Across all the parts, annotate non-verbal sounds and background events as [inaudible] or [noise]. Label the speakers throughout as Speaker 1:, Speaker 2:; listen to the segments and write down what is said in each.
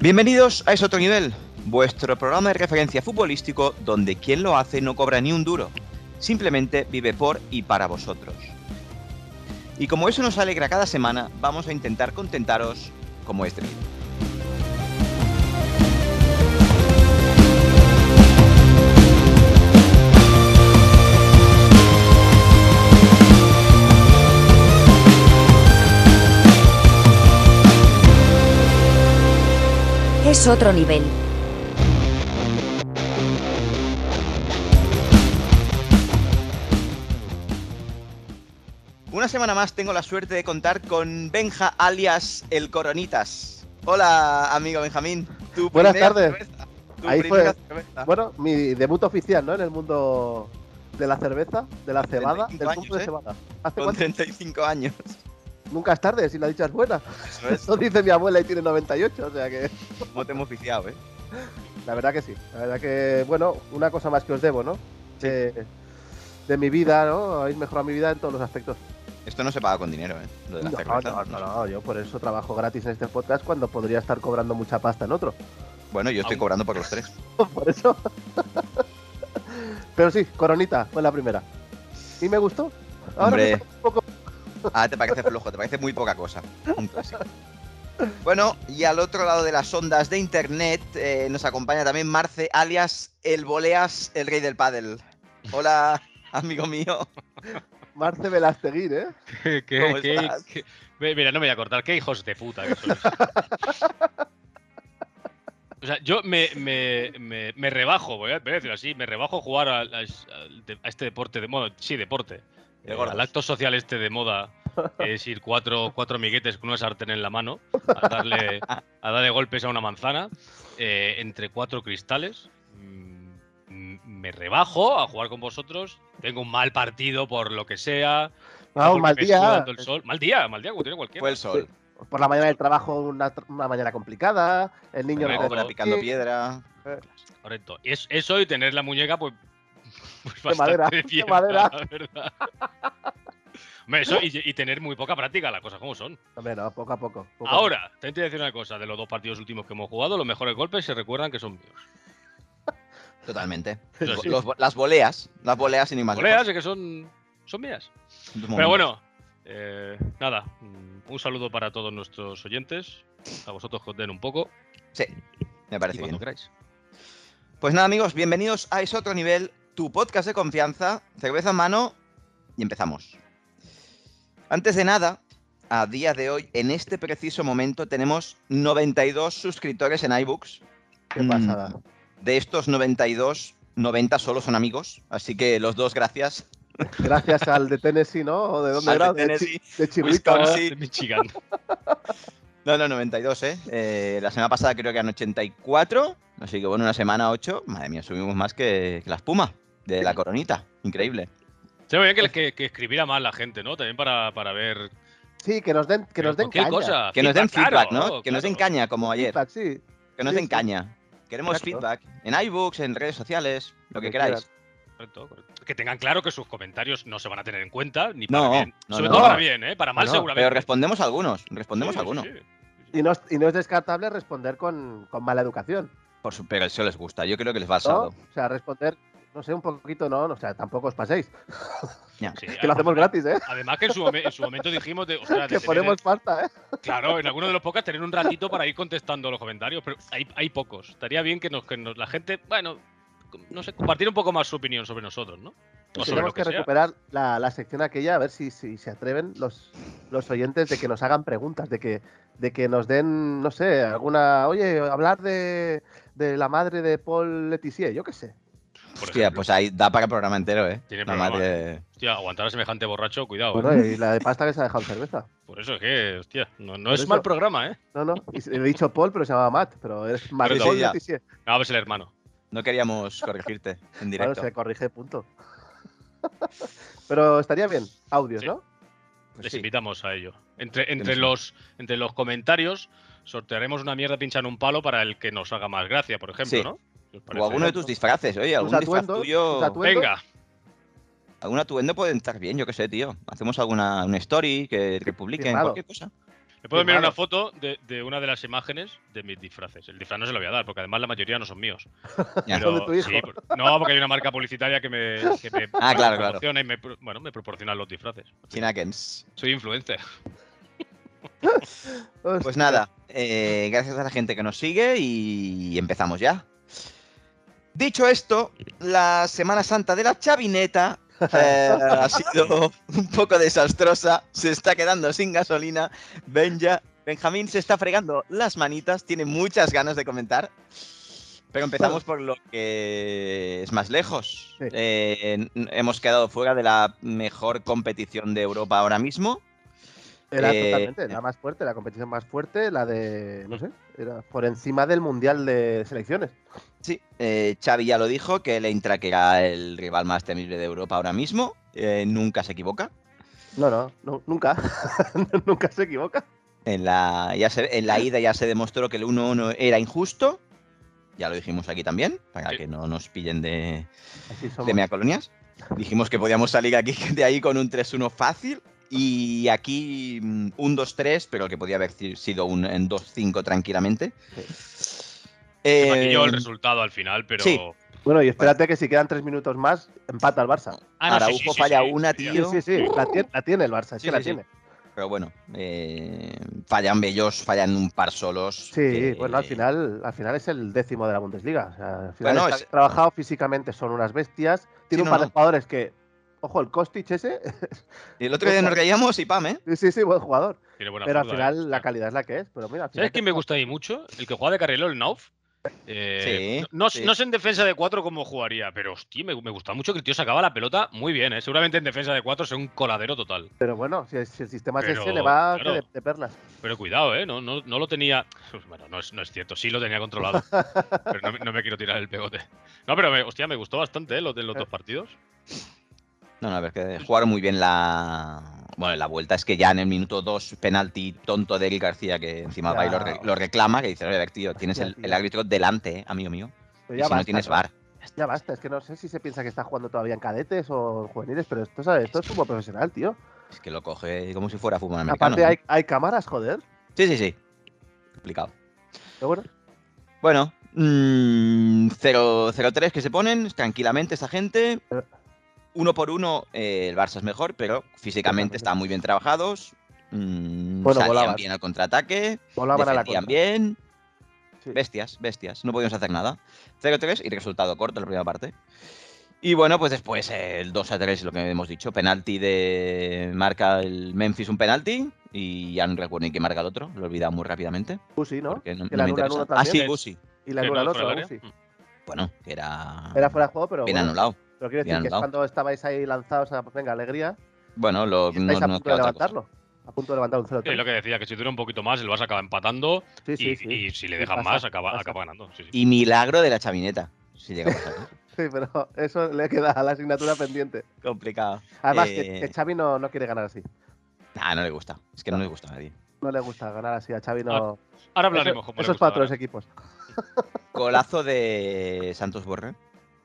Speaker 1: Bienvenidos a Es Otro Nivel, vuestro programa de referencia futbolístico donde quien lo hace no cobra ni un duro, simplemente vive por y para vosotros. Y como eso nos alegra cada semana, vamos a intentar contentaros como este es debido.
Speaker 2: Es otro nivel.
Speaker 1: Una semana más tengo la suerte de contar con Benja alias el Coronitas. Hola, amigo Benjamín. Tu
Speaker 3: Buenas
Speaker 1: primera
Speaker 3: tardes.
Speaker 1: cerveza, tu
Speaker 3: Ahí
Speaker 1: primera
Speaker 3: fue.
Speaker 1: cerveza.
Speaker 3: Bueno, mi debut oficial, ¿no? En el mundo de la cerveza, de la cebada, del
Speaker 1: 35
Speaker 3: mundo
Speaker 1: años,
Speaker 3: de
Speaker 1: ¿eh?
Speaker 3: cebada. ¿Hace
Speaker 1: Con
Speaker 3: cuánto?
Speaker 1: 35 años.
Speaker 3: Nunca es tarde, si la dicha es buena. [laughs]
Speaker 1: Eso es,
Speaker 3: Eso dice mi abuela y tiene 98, o sea que...
Speaker 1: como te hemos viciado, ¿eh?
Speaker 3: La verdad que sí. La verdad que, bueno, una cosa más que os debo, ¿no? De, de mi vida, ¿no? Habéis mejorado mi vida en todos los aspectos.
Speaker 1: Esto no se paga con dinero, ¿eh? Lo de la
Speaker 3: No,
Speaker 1: cerveza, no
Speaker 3: no, no,
Speaker 1: sé.
Speaker 3: no, yo por eso trabajo gratis en este podcast cuando podría estar cobrando mucha pasta en otro.
Speaker 1: Bueno, yo estoy cobrando por los tres.
Speaker 3: Por eso. Pero sí, Coronita fue la primera. Y me gustó. Ahora me
Speaker 1: Hombre.
Speaker 3: parece un poco-
Speaker 1: Ah, te parece flojo, te parece muy poca cosa. Un clásico. Bueno, y al otro lado de las ondas de internet eh, nos acompaña también Marce, alias el Boleas, el rey del pádel. Hola, amigo mío.
Speaker 3: Marce Velastegui, ¿eh?
Speaker 4: [laughs] ¿Qué,
Speaker 1: ¿Cómo
Speaker 4: qué-
Speaker 1: estás?
Speaker 4: qué- Ve- Mira, no me voy a cortar. Qué hijos de puta que sois. O sea, yo me, me, me, me rebajo, voy a voy a decirlo así, me rebajo a jugar al- al- al de- a, este deporte de moda. Sí, deporte.
Speaker 1: De
Speaker 4: Eh,
Speaker 1: gordos.
Speaker 4: al acto social este de moda, que es ir cuatro, cuatro amiguetes con una sartén en la mano a darle, a darle golpes a una manzana eh, entre cuatro cristales. Mm, mm, Me rebajo a jugar con vosotros. Tengo un mal partido por lo que sea.
Speaker 3: Ah, un
Speaker 4: Porque
Speaker 3: mal
Speaker 4: me
Speaker 3: día.
Speaker 4: suda
Speaker 3: Pues-
Speaker 4: tanto el sol. Mal día, mal día, como tiene cualquiera.
Speaker 1: Fue el sol.
Speaker 3: Por la mañana del trabajo, una, una mañana complicada. El niño
Speaker 1: Una
Speaker 4: Correcto.
Speaker 1: cobra
Speaker 3: no
Speaker 1: picando piedra.
Speaker 4: Correcto. Es, eso y tener la muñeca, pues. [laughs] pues
Speaker 3: De madera,
Speaker 4: bastante
Speaker 3: de
Speaker 4: cierta,
Speaker 3: madera.
Speaker 4: la verdad. Hombre, eso y, y tener muy poca práctica, las cosas como son.
Speaker 3: Hombre, no, poco a poco. poco a
Speaker 4: Ahora, también te voy a decir una cosa: de los dos partidos últimos que hemos jugado, los mejores golpes se recuerdan que son míos.
Speaker 1: Totalmente.
Speaker 4: Eso sí.
Speaker 1: Los- las boleas. Las boleas sin más.
Speaker 3: pues.
Speaker 4: Goleas es que son, son mías. Pero bueno, eh, nada. mm, Un saludo para todos nuestros oyentes. A vosotros que os den un poco.
Speaker 1: Sí, me
Speaker 4: Y
Speaker 1: parece
Speaker 4: cuando
Speaker 1: bien.
Speaker 4: queráis.
Speaker 1: Pues nada, amigos, bienvenidos a Es Otro Nivel, tu podcast de confianza, cerveza en mano y empezamos. Antes de nada, a día de hoy, en este preciso momento, tenemos 92 suscriptores en iBooks.
Speaker 3: poco. Qué pasada.
Speaker 1: De estos 92, 90 solo son amigos, así que los dos gracias.
Speaker 3: Gracias al de Tennessee, ¿no? ¿O ¿De dónde
Speaker 1: Al
Speaker 3: era?
Speaker 1: de Tennessee,
Speaker 3: Chi- de Chirrita. ¿verdad?
Speaker 4: [laughs]
Speaker 1: Wisconsin.
Speaker 4: De Michigan.
Speaker 1: No, no, 92, ¿eh? Eh, La semana pasada creo que eran 84, así que bueno, una semana 8. Madre mía, subimos más que, que la espuma de la coronita. Increíble.
Speaker 4: Se bien que, le- que, que escribiera más la gente, ¿no? También para, para ver
Speaker 3: Sí, que nos den, que
Speaker 4: Pero
Speaker 3: nos den
Speaker 4: cualquier
Speaker 3: caña.
Speaker 4: cosa.
Speaker 1: Que nos den feedback, ¿no?
Speaker 4: claro,
Speaker 1: que nos den
Speaker 4: claro.
Speaker 1: caña, como ayer.
Speaker 3: Feedback, sí.
Speaker 1: Que no
Speaker 3: Sí,
Speaker 1: te
Speaker 3: sí.
Speaker 1: encaña. Queremos
Speaker 3: Exacto.
Speaker 1: feedback en iBooks, en redes sociales, lo que
Speaker 3: Lo que
Speaker 1: queráis.
Speaker 4: Correcto, correcto. Que tengan claro que sus comentarios no se van a tener en cuenta, ni
Speaker 1: No,
Speaker 4: para bien.
Speaker 1: no,
Speaker 4: Sobre
Speaker 1: no.
Speaker 4: todo para bien, ¿eh? Para mal
Speaker 3: No,
Speaker 1: Pero
Speaker 4: seguramente.
Speaker 1: respondemos a algunos,
Speaker 4: Sí,
Speaker 1: respondemos
Speaker 4: sí,
Speaker 1: a algunos.
Speaker 4: sí.
Speaker 3: Y no, es- y no es descartable responder con, con mala educación.
Speaker 1: Por su, pero eso les gusta, yo creo que les va al
Speaker 3: ¿no?
Speaker 1: saldo.
Speaker 3: O sea, responder, no sé, un poquito, no, o sea, tampoco os paséis.
Speaker 4: Sí,
Speaker 3: Que lo hacemos gratis, ¿eh?
Speaker 4: Además que en su, momen- en su momento dijimos
Speaker 3: [laughs]
Speaker 4: de, ostras, de
Speaker 3: Que
Speaker 4: tener-
Speaker 3: ponemos pasta, ¿eh?
Speaker 4: claro, en alguno de los podcasts tener un ratito para ir contestando los comentarios, pero hay, hay pocos. Estaría bien que, nos, que nos- la gente, bueno, no sé, compartir un poco más su opinión sobre nosotros, ¿no? O sobre
Speaker 3: Pues Tenemos
Speaker 4: lo
Speaker 3: que,
Speaker 4: que sea.
Speaker 3: recuperar la, la sección aquella, a ver si, si se atreven los, los oyentes de que nos hagan preguntas, de que, de que nos den, no sé, alguna. Oye, hablar de, de la madre de Paul Letizier, yo qué sé.
Speaker 4: Por
Speaker 1: Hostia,
Speaker 4: ejemplo.
Speaker 1: pues ahí da para el programa entero, ¿eh?
Speaker 4: Tiene
Speaker 1: La
Speaker 4: programa,
Speaker 1: madre-
Speaker 4: Hostia, aguantar a semejante borracho, cuidado. ¿eh?
Speaker 3: Bueno, y la de pasta que se ha dejado en cerveza.
Speaker 4: Por eso es que, hostia, no, no
Speaker 3: Por
Speaker 4: es
Speaker 3: eso-
Speaker 4: mal programa, ¿eh?
Speaker 3: No, no. y se- he dicho Paul, pero se llamaba Matt, pero es Matt
Speaker 4: Perdón.
Speaker 3: Paul
Speaker 1: Sí, ya.
Speaker 3: Letizier.
Speaker 4: No, es el hermano.
Speaker 1: No queríamos corregirte en
Speaker 3: Claro,
Speaker 1: directo.
Speaker 3: se corrige, punto. [laughs] pero estaría bien, audios,
Speaker 4: Sí.
Speaker 3: ¿no?
Speaker 1: Pues
Speaker 4: Les
Speaker 1: sí.
Speaker 4: invitamos a ello. Entre, entre,
Speaker 1: Tienes
Speaker 4: los, entre los comentarios sortearemos una mierda pincha en un palo para el que nos haga más gracia, por ejemplo,
Speaker 1: Sí.
Speaker 4: ¿no? ¿Qué os parece?
Speaker 1: O alguno de tus disfraces, oye, algún disfraz
Speaker 3: atuendos, tus
Speaker 1: tuyo.
Speaker 3: atuendos.
Speaker 4: Venga,
Speaker 1: Algún atuendo puede estar bien, yo qué sé, tío. Hacemos alguna una story que, que publiquen,
Speaker 3: Firmado.
Speaker 1: cualquier cosa.
Speaker 4: me Te
Speaker 3: Qué
Speaker 4: puedo enviar
Speaker 3: malo.
Speaker 4: una foto de, de una de las imágenes de mis disfraces. El disfraz no se lo voy a dar, porque además la mayoría no son míos.
Speaker 1: [laughs] Ya.
Speaker 4: Pero
Speaker 3: Son de tu hijo.
Speaker 4: sí, por- no, porque hay una marca publicitaria que me, que me
Speaker 1: [laughs] Ah, claro, claro.
Speaker 4: proporciona y me, pro- bueno, me proporciona los disfraces.
Speaker 1: Chinakens.
Speaker 4: Soy influencer.
Speaker 1: Pues nada, eh, gracias a la gente que nos sigue y empezamos ya. Dicho esto, la Semana Santa de la Chavineta eh, ha sido un poco desastrosa. Se está quedando sin gasolina. Benja, Benjamín se está fregando las manitas. Tiene muchas ganas de comentar. Pero empezamos por lo que es más lejos.
Speaker 3: Sí.
Speaker 1: Eh, n- hemos quedado fuera de la mejor competición de Europa ahora mismo.
Speaker 3: Era
Speaker 1: eh,
Speaker 3: totalmente la más fuerte, la competición más fuerte, la de, no sé, era por encima del Mundial de Selecciones.
Speaker 1: Sí, eh, Xavi ya lo dijo, que el Eintracht era el rival más temible de Europa ahora mismo. eh, nunca se equivoca.
Speaker 3: No, no, no, nunca, [laughs] nunca se equivoca.
Speaker 1: En la, ya se- en la ida ya se demostró que el 1-1 era injusto. Ya lo dijimos aquí también, para
Speaker 4: Sí.
Speaker 1: que no nos pillen de,
Speaker 3: Así somos.
Speaker 1: de mea colonias. Dijimos que podíamos salir aquí [laughs] de ahí con un 3-1 fácil. Y aquí mm, un 2-3, pero que podía haber si- sido un en 2-5 tranquilamente.
Speaker 4: Se maquilló Pues el
Speaker 1: Eh,
Speaker 4: resultado al final, pero.
Speaker 1: sí.
Speaker 3: Bueno, y espérate que si quedan tres minutos más, empata el Barça.
Speaker 4: Ah, no, sí,
Speaker 1: Araujo
Speaker 4: sí, sí,
Speaker 1: falla
Speaker 4: sí,
Speaker 1: una,
Speaker 4: sí,
Speaker 1: tío.
Speaker 3: Sí, sí, sí, la tiene, la tiene el Barça, es
Speaker 1: Sí,
Speaker 3: que la
Speaker 1: sí, sí.
Speaker 3: tiene.
Speaker 1: Pero bueno, eh, fallan Bellos, fallan un par solos.
Speaker 3: Sí,
Speaker 1: que-
Speaker 3: bueno, al final, al final es el décimo de la Bundesliga. O sea, al final
Speaker 1: Bueno,
Speaker 3: está
Speaker 1: es-
Speaker 3: trabajado físicamente, son unas bestias. Tiene
Speaker 1: no,
Speaker 3: un par de
Speaker 1: no.
Speaker 3: jugadores que. Ojo, el Kostic ese. [laughs]
Speaker 1: Y el otro día nos reíamos y pam, ¿eh?
Speaker 3: sí, sí, sí, buen jugador.
Speaker 4: Tiene buena
Speaker 3: Pero al
Speaker 4: zurda, eh.
Speaker 3: final la calidad es la que es. Pero mira, al final
Speaker 4: ¿Sabes quién me gusta ahí mucho? El que juega de carrilero, el Nauf. Eh,
Speaker 1: Sí,
Speaker 4: no, no-
Speaker 1: sí.
Speaker 4: no sé en defensa de cuatro cómo jugaría, pero hostia, me, me gusta mucho que el tío sacaba la pelota muy bien. eh. Seguramente en defensa de cuatro sea un coladero total.
Speaker 3: Pero bueno, si, si el sistema es
Speaker 4: Pero,
Speaker 3: ese, le va
Speaker 4: claro.
Speaker 3: de, de perlas.
Speaker 4: Pero cuidado, ¿eh? No, no, no lo tenía. Bueno, no es, no es cierto, sí lo
Speaker 3: [laughs]
Speaker 4: tenía controlado. pero no, me- no me quiero tirar el pegote. No, pero me, hostia, me gustó bastante, ¿eh? Los de los dos partidos.
Speaker 1: No, no, a ver, que jugaron muy bien la. Bueno, la vuelta es que ya en el minuto 2, penalti tonto de Eric García, que encima va y lo, re- lo reclama, que dice, oye, a ver, tío, tienes el,
Speaker 3: Hostia, tío.
Speaker 1: el árbitro delante, eh, amigo mío.
Speaker 3: Pero
Speaker 1: Y
Speaker 3: ya
Speaker 1: si
Speaker 3: basta,
Speaker 1: no tienes
Speaker 3: ¿no?
Speaker 1: bar.
Speaker 3: Ya basta, es que no sé si se piensa que está jugando todavía en cadetes o en juveniles, pero esto, ¿sabes? esto es fútbol profesional, tío.
Speaker 1: Es que lo coge como si fuera fútbol americano.
Speaker 3: Aparte,
Speaker 1: ¿no?
Speaker 3: hay, hay cámaras, joder.
Speaker 1: Sí, sí, sí. Complicado.
Speaker 3: Pero bueno,
Speaker 1: Bueno, mm, 0-3 que se ponen tranquilamente esta gente. Uno por uno eh, el Barça es mejor, pero físicamente
Speaker 3: Totalmente.
Speaker 1: están muy bien trabajados. Mm,
Speaker 3: Bueno,
Speaker 1: salían
Speaker 3: volaban.
Speaker 1: bien al contraataque,
Speaker 3: volaban a la
Speaker 1: defendían
Speaker 3: contra.
Speaker 1: bien.
Speaker 3: Sí.
Speaker 1: Bestias, bestias. No podíamos hacer nada. 0-3 y resultado corto en la primera parte. Y bueno, pues después eh, el 2-3, lo que hemos dicho, penalti de... Marca el Memphis un penalti y ya no recuerdo ni quién marca el otro, lo he olvidado muy rápidamente.
Speaker 3: Gusi, ¿no?
Speaker 1: Porque no, no
Speaker 3: Que la
Speaker 1: me
Speaker 3: anulan
Speaker 1: interesa.
Speaker 3: uno
Speaker 1: Ah,
Speaker 3: también.
Speaker 1: sí, Gusi.
Speaker 3: Y la
Speaker 4: Sí,
Speaker 3: anula
Speaker 4: ¿no?
Speaker 3: al otro,
Speaker 4: Fuera del área.
Speaker 3: Gusi.
Speaker 4: Mm.
Speaker 1: Bueno, que era.
Speaker 3: Era fuera de juego, ¿eh? pero
Speaker 1: bien
Speaker 3: bueno,
Speaker 1: anulado.
Speaker 3: Lo quiero
Speaker 1: bien
Speaker 3: decir que es
Speaker 1: anulado.
Speaker 3: cuando estabais ahí lanzados a, venga, alegría,
Speaker 1: Bueno, lo,
Speaker 3: y estáis
Speaker 1: no-
Speaker 3: a
Speaker 1: no
Speaker 3: punto
Speaker 1: queda
Speaker 3: de
Speaker 1: otra
Speaker 3: levantarlo. A punto de levantar un 0
Speaker 4: Sí, Mm. lo que decía, que si dura un poquito más, el Barça acaba empatando.
Speaker 3: Sí,
Speaker 4: y,
Speaker 3: sí, sí.
Speaker 4: y si le
Speaker 3: Sí,
Speaker 4: dejan
Speaker 3: pasa,
Speaker 4: más, acaba,
Speaker 3: pasa.
Speaker 4: acaba ganando. Sí, sí.
Speaker 1: cosa. Y milagro de la chavineta. Si llega a pasar. ¿no? [laughs]
Speaker 3: Sí, pero eso le queda a la asignatura pendiente.
Speaker 1: Complicado.
Speaker 3: Además,
Speaker 1: Eh,
Speaker 3: que, que Xavi no, no quiere ganar así.
Speaker 1: Nah, no le gusta. Es que no le gusta a nadie.
Speaker 3: No le gusta ganar así. A Xavi no.
Speaker 4: Ah, Ahora hablaremos.
Speaker 3: eso
Speaker 4: cómo le
Speaker 3: eso es
Speaker 4: gusta
Speaker 3: para otros
Speaker 4: ganar.
Speaker 3: equipos.
Speaker 1: Colazo de Santos Borré.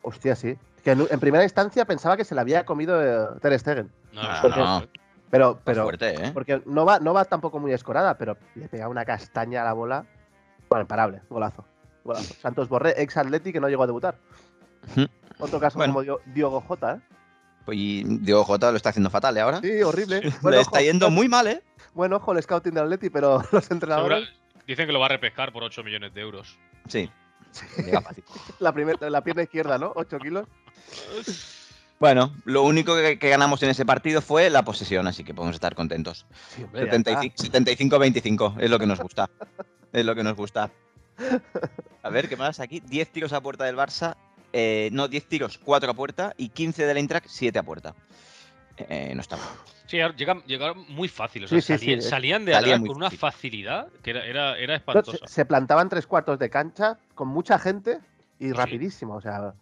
Speaker 3: Hostia, sí. Que en, en primera instancia pensaba que se la había comido eh, Ter Stegen.
Speaker 1: Ah,
Speaker 4: No, no,
Speaker 1: no.
Speaker 4: no, no.
Speaker 3: Pero,
Speaker 1: Pero,
Speaker 3: pero
Speaker 1: fuerte, ¿eh?
Speaker 3: porque no va, no va tampoco muy escorada, pero le pega una castaña a la bola. Bueno, imparable, golazo.
Speaker 1: [laughs]
Speaker 3: golazo. Santos Borré, ex Atleti que no llegó a debutar.
Speaker 1: Ujú.
Speaker 3: Otro caso
Speaker 1: Bueno.
Speaker 3: como Dio- Diogo Jota, ¿eh?
Speaker 1: Pues, y Diego Jota lo está haciendo fatal ¿eh, ahora.
Speaker 3: Sí, horrible.
Speaker 1: [laughs]
Speaker 3: Buen
Speaker 1: Le
Speaker 3: ojo,
Speaker 1: está yendo muy mal, ¿eh?
Speaker 3: buen ojo el scouting de Atleti, pero [laughs] los
Speaker 4: Segura-
Speaker 3: entrenadores,
Speaker 4: Dicen que lo va a repescar por 8 millones de euros.
Speaker 1: Sí. Llega fácil.
Speaker 3: la, primer- la pierna izquierda, ¿no? 8 kilos.
Speaker 1: Bueno, lo único que, que ganamos en ese partido fue la posesión, así que podemos estar contentos.
Speaker 3: Sí, hombre, ya está.
Speaker 1: 75 75-25 es lo que nos gusta. Es lo que nos gusta. A ver, ¿qué más aquí? 10 tiros a puerta del Barça. eh, no, 10 tiros, 4 a puerta. Y 15 del Eintracht, 7 a puerta. Eh, no está mal.
Speaker 4: Sí, ahora llegan- llegaron muy fáciles. O sea,
Speaker 3: Sí, sí, sí,
Speaker 4: salían,
Speaker 3: eh.
Speaker 4: salían de
Speaker 1: Salían
Speaker 4: atrás
Speaker 1: muy
Speaker 4: con una
Speaker 1: fácil.
Speaker 4: facilidad que era, era, era
Speaker 3: No,
Speaker 4: espantosa.
Speaker 3: se, se plantaban tres cuartos de cancha con mucha gente y
Speaker 4: Sí.
Speaker 3: rapidísimo, o sea,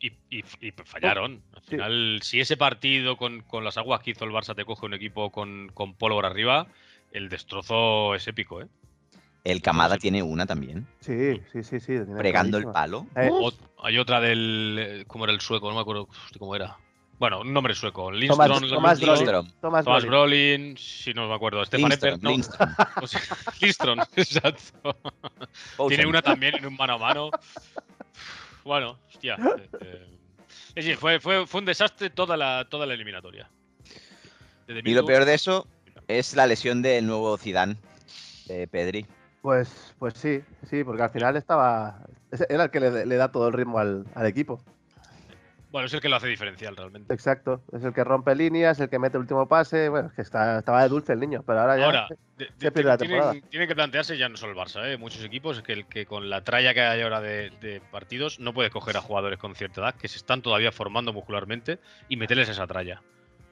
Speaker 4: Y, y- y- y fallaron. Al final, si ese partido con, con las aguas que hizo el Barça te coge un equipo con, con pólvora arriba, el destrozo es épico, ¿eh?
Speaker 1: El Camada tiene una también.
Speaker 3: sí, sí, sí, sí. lo tiene
Speaker 1: Pregando el
Speaker 3: clarísimo.
Speaker 1: palo.
Speaker 3: Eh,
Speaker 4: Ot- hay otra del. eh, ¿Cómo era el sueco? No me acuerdo hostia, cómo era. Bueno, un nombre sueco.
Speaker 3: Tomás,
Speaker 4: Lindström,
Speaker 3: Tomás
Speaker 4: Lindström,
Speaker 3: Brolin. Thomas
Speaker 4: Thomas
Speaker 3: Brolin.
Speaker 4: Brolin, si no me acuerdo. Stefan
Speaker 1: Lindström,
Speaker 4: Eppert, no.
Speaker 1: Lindström.
Speaker 4: [laughs] O sea, Lindström, [laughs] exacto. Tiene
Speaker 1: Poulsen.
Speaker 4: una también en un mano a mano. [laughs] Bueno, hostia. eh, eh, Es decir, fue, fue, fue un desastre toda la, toda la eliminatoria. Desde mi
Speaker 1: Y lo
Speaker 4: club,
Speaker 1: peor de
Speaker 4: [laughs]
Speaker 1: eso es la lesión del nuevo Zidane, de Pedri.
Speaker 3: Pues, pues sí, sí, porque al final estaba. ese Era el que le, le da todo el ritmo al, al equipo.
Speaker 4: Bueno, es el que lo hace diferencial realmente.
Speaker 3: Exacto. Es el que rompe líneas, el que mete el último pase. Bueno, es que está, estaba de dulce el niño, pero ahora ya.
Speaker 4: Ahora, de- de-
Speaker 3: se pierde la
Speaker 4: tienen,
Speaker 3: temporada.
Speaker 4: tienen que plantearse ya no solo el Barça, ¿eh? muchos equipos, que, el, que con la tralla que hay ahora de, de partidos no puedes coger a jugadores con cierta edad que se están todavía formando muscularmente y meterles esa tralla.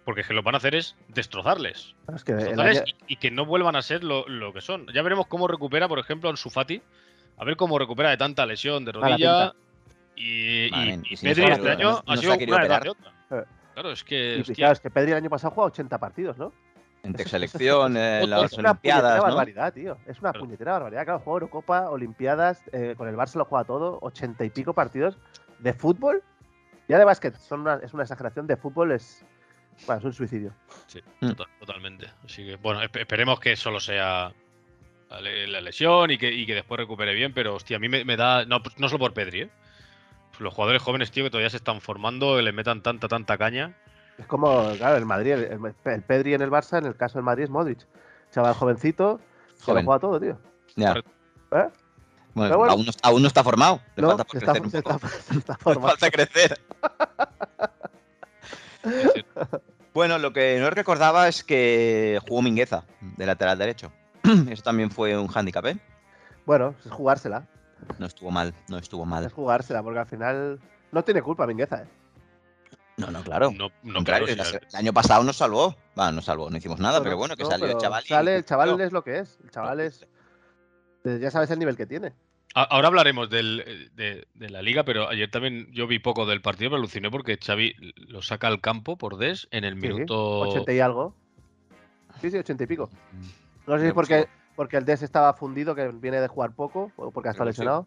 Speaker 4: Porque es que lo que van a hacer es destrozarles.
Speaker 3: es que Eh, el
Speaker 4: Totales
Speaker 3: año-
Speaker 4: y, y que no vuelvan a ser lo, lo que son. Ya veremos cómo recupera, por ejemplo, Ansu Fati. A ver cómo recupera de tanta lesión de
Speaker 3: Mala
Speaker 4: rodilla. Y, y-
Speaker 1: Madre mía,
Speaker 4: y
Speaker 1: y si no
Speaker 4: Pedri
Speaker 3: se ha
Speaker 4: este
Speaker 1: no-
Speaker 3: querido-
Speaker 4: año
Speaker 1: no
Speaker 4: ha
Speaker 1: se
Speaker 4: sido
Speaker 1: ha querido
Speaker 4: una detrás de
Speaker 3: pegar.
Speaker 4: otra. Claro, es que.
Speaker 3: Eh. y
Speaker 4: hostia,
Speaker 3: fijaos que Pedri el año pasado jugó 80 partidos, ¿no? [laughs]
Speaker 1: Interselección, eh,
Speaker 4: Otro-
Speaker 1: las
Speaker 3: es una puñetera
Speaker 1: Olimpiadas, ¿no?
Speaker 3: barbaridad, tío. Es una
Speaker 4: Claro.
Speaker 3: puñetera barbaridad. Claro, juego Eurocopa, Olimpiadas, eh, con el Barça lo juega todo, ochenta y pico partidos de fútbol. Ya de básquet, son una- es una exageración de fútbol, es, bueno, es un suicidio.
Speaker 4: sí,
Speaker 1: Mm.
Speaker 4: total- totalmente. Así que, bueno, esp- esperemos que solo sea la le- la lesión y que, y que después recupere bien, pero hostia, a mí me, me da. No, no solo por Pedri, ¿eh? Los jugadores jóvenes, tío, que todavía se están formando, que le metan tanta, tanta caña.
Speaker 3: Es como, claro, el Madrid, el, el- el Pedri en el Barça, en el caso del Madrid es Modric. Chaval jovencito, se lo
Speaker 1: Joven.
Speaker 3: juega todo, tío.
Speaker 1: Ya.
Speaker 4: Correcto.
Speaker 3: ¿Eh?
Speaker 1: Bueno,
Speaker 3: Pero bueno.
Speaker 1: Aún, no, aún no está formado. Le
Speaker 3: No,
Speaker 1: falta por
Speaker 3: se está,
Speaker 1: crecer un
Speaker 3: se
Speaker 1: poco.
Speaker 3: está- se
Speaker 1: [laughs]
Speaker 3: está
Speaker 1: Le
Speaker 3: formando.
Speaker 1: falta crecer.
Speaker 4: Es decir,
Speaker 1: Bueno, lo que no recordaba es que jugó Mingueza, de lateral derecho. [clears throat] Eso también fue un hándicap, ¿eh?
Speaker 3: Bueno, es jugársela,
Speaker 1: No estuvo mal, no estuvo
Speaker 3: es
Speaker 1: mal.
Speaker 3: jugársela, porque al final no tiene culpa Mingueza, ¿eh?
Speaker 1: No, no, claro.
Speaker 4: no, no,
Speaker 1: Contrario,
Speaker 4: claro, si
Speaker 1: el,
Speaker 4: la-
Speaker 1: el año pasado nos salvó. Bueno, no salvó, no hicimos nada,
Speaker 3: No,
Speaker 1: pero
Speaker 3: no,
Speaker 1: bueno, que
Speaker 3: no,
Speaker 1: salió el
Speaker 3: pero
Speaker 1: chaval. y-
Speaker 3: Sale, el chaval es lo que es. El chaval es. eh, Ya sabes el nivel que tiene.
Speaker 4: A- Ahora hablaremos del, eh, de, de la liga, pero ayer también yo vi poco del partido, pero aluciné porque Xavi lo saca al campo por Des en el
Speaker 3: Sí,
Speaker 4: minuto
Speaker 3: 80 y algo. Sí, sí, 80 y pico.
Speaker 1: Mm.
Speaker 3: No sé si
Speaker 4: Creo
Speaker 3: es
Speaker 4: que
Speaker 3: porque,
Speaker 4: sí.
Speaker 3: porque el DES estaba fundido, que viene de jugar poco, o porque ha estado
Speaker 4: Creo que sí.
Speaker 3: lesionado.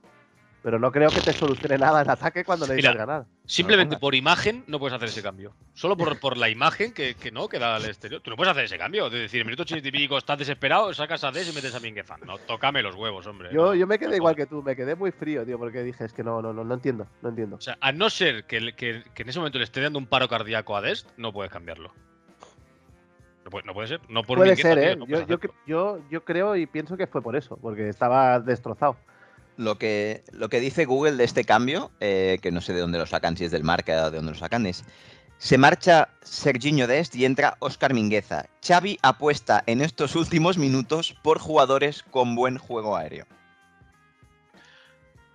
Speaker 3: Pero no creo que te solucione nada en ataque cuando le dices
Speaker 4: Mira.
Speaker 3: ganar.
Speaker 4: Simplemente
Speaker 1: pongas.
Speaker 4: por imagen no puedes hacer ese cambio. Solo por, por la imagen que, que no queda al exterior. Tú no puedes hacer ese cambio. De decir, en el minuto 80 y pico estás desesperado, sacas a Des y metes a Mingueza. No, tócame los huevos, hombre.
Speaker 3: Yo,
Speaker 4: No,
Speaker 3: yo me quedé
Speaker 4: no.
Speaker 3: igual que tú, me quedé muy frío, tío, porque dije, es que no, no, no, no entiendo, no entiendo.
Speaker 4: O sea, a no ser que, le- que- que en ese momento le esté dando un paro cardíaco a Des, no puedes cambiarlo. No puede, no puede ser. No por
Speaker 3: Puede
Speaker 4: Mingueza,
Speaker 3: ser,
Speaker 4: tío,
Speaker 3: ¿eh?
Speaker 4: no
Speaker 3: Yo,
Speaker 4: puedes
Speaker 3: yo,
Speaker 4: hacerlo.
Speaker 3: cre- yo, yo creo y pienso que fue por eso, porque estaba destrozado.
Speaker 1: Lo que, lo que dice Google de este cambio, eh, que no sé de dónde lo sacan, si es del marca o de dónde lo sacan, es. Se marcha Serginho Dest y entra Oscar Mingueza. Xavi apuesta en estos últimos minutos por jugadores con buen juego aéreo.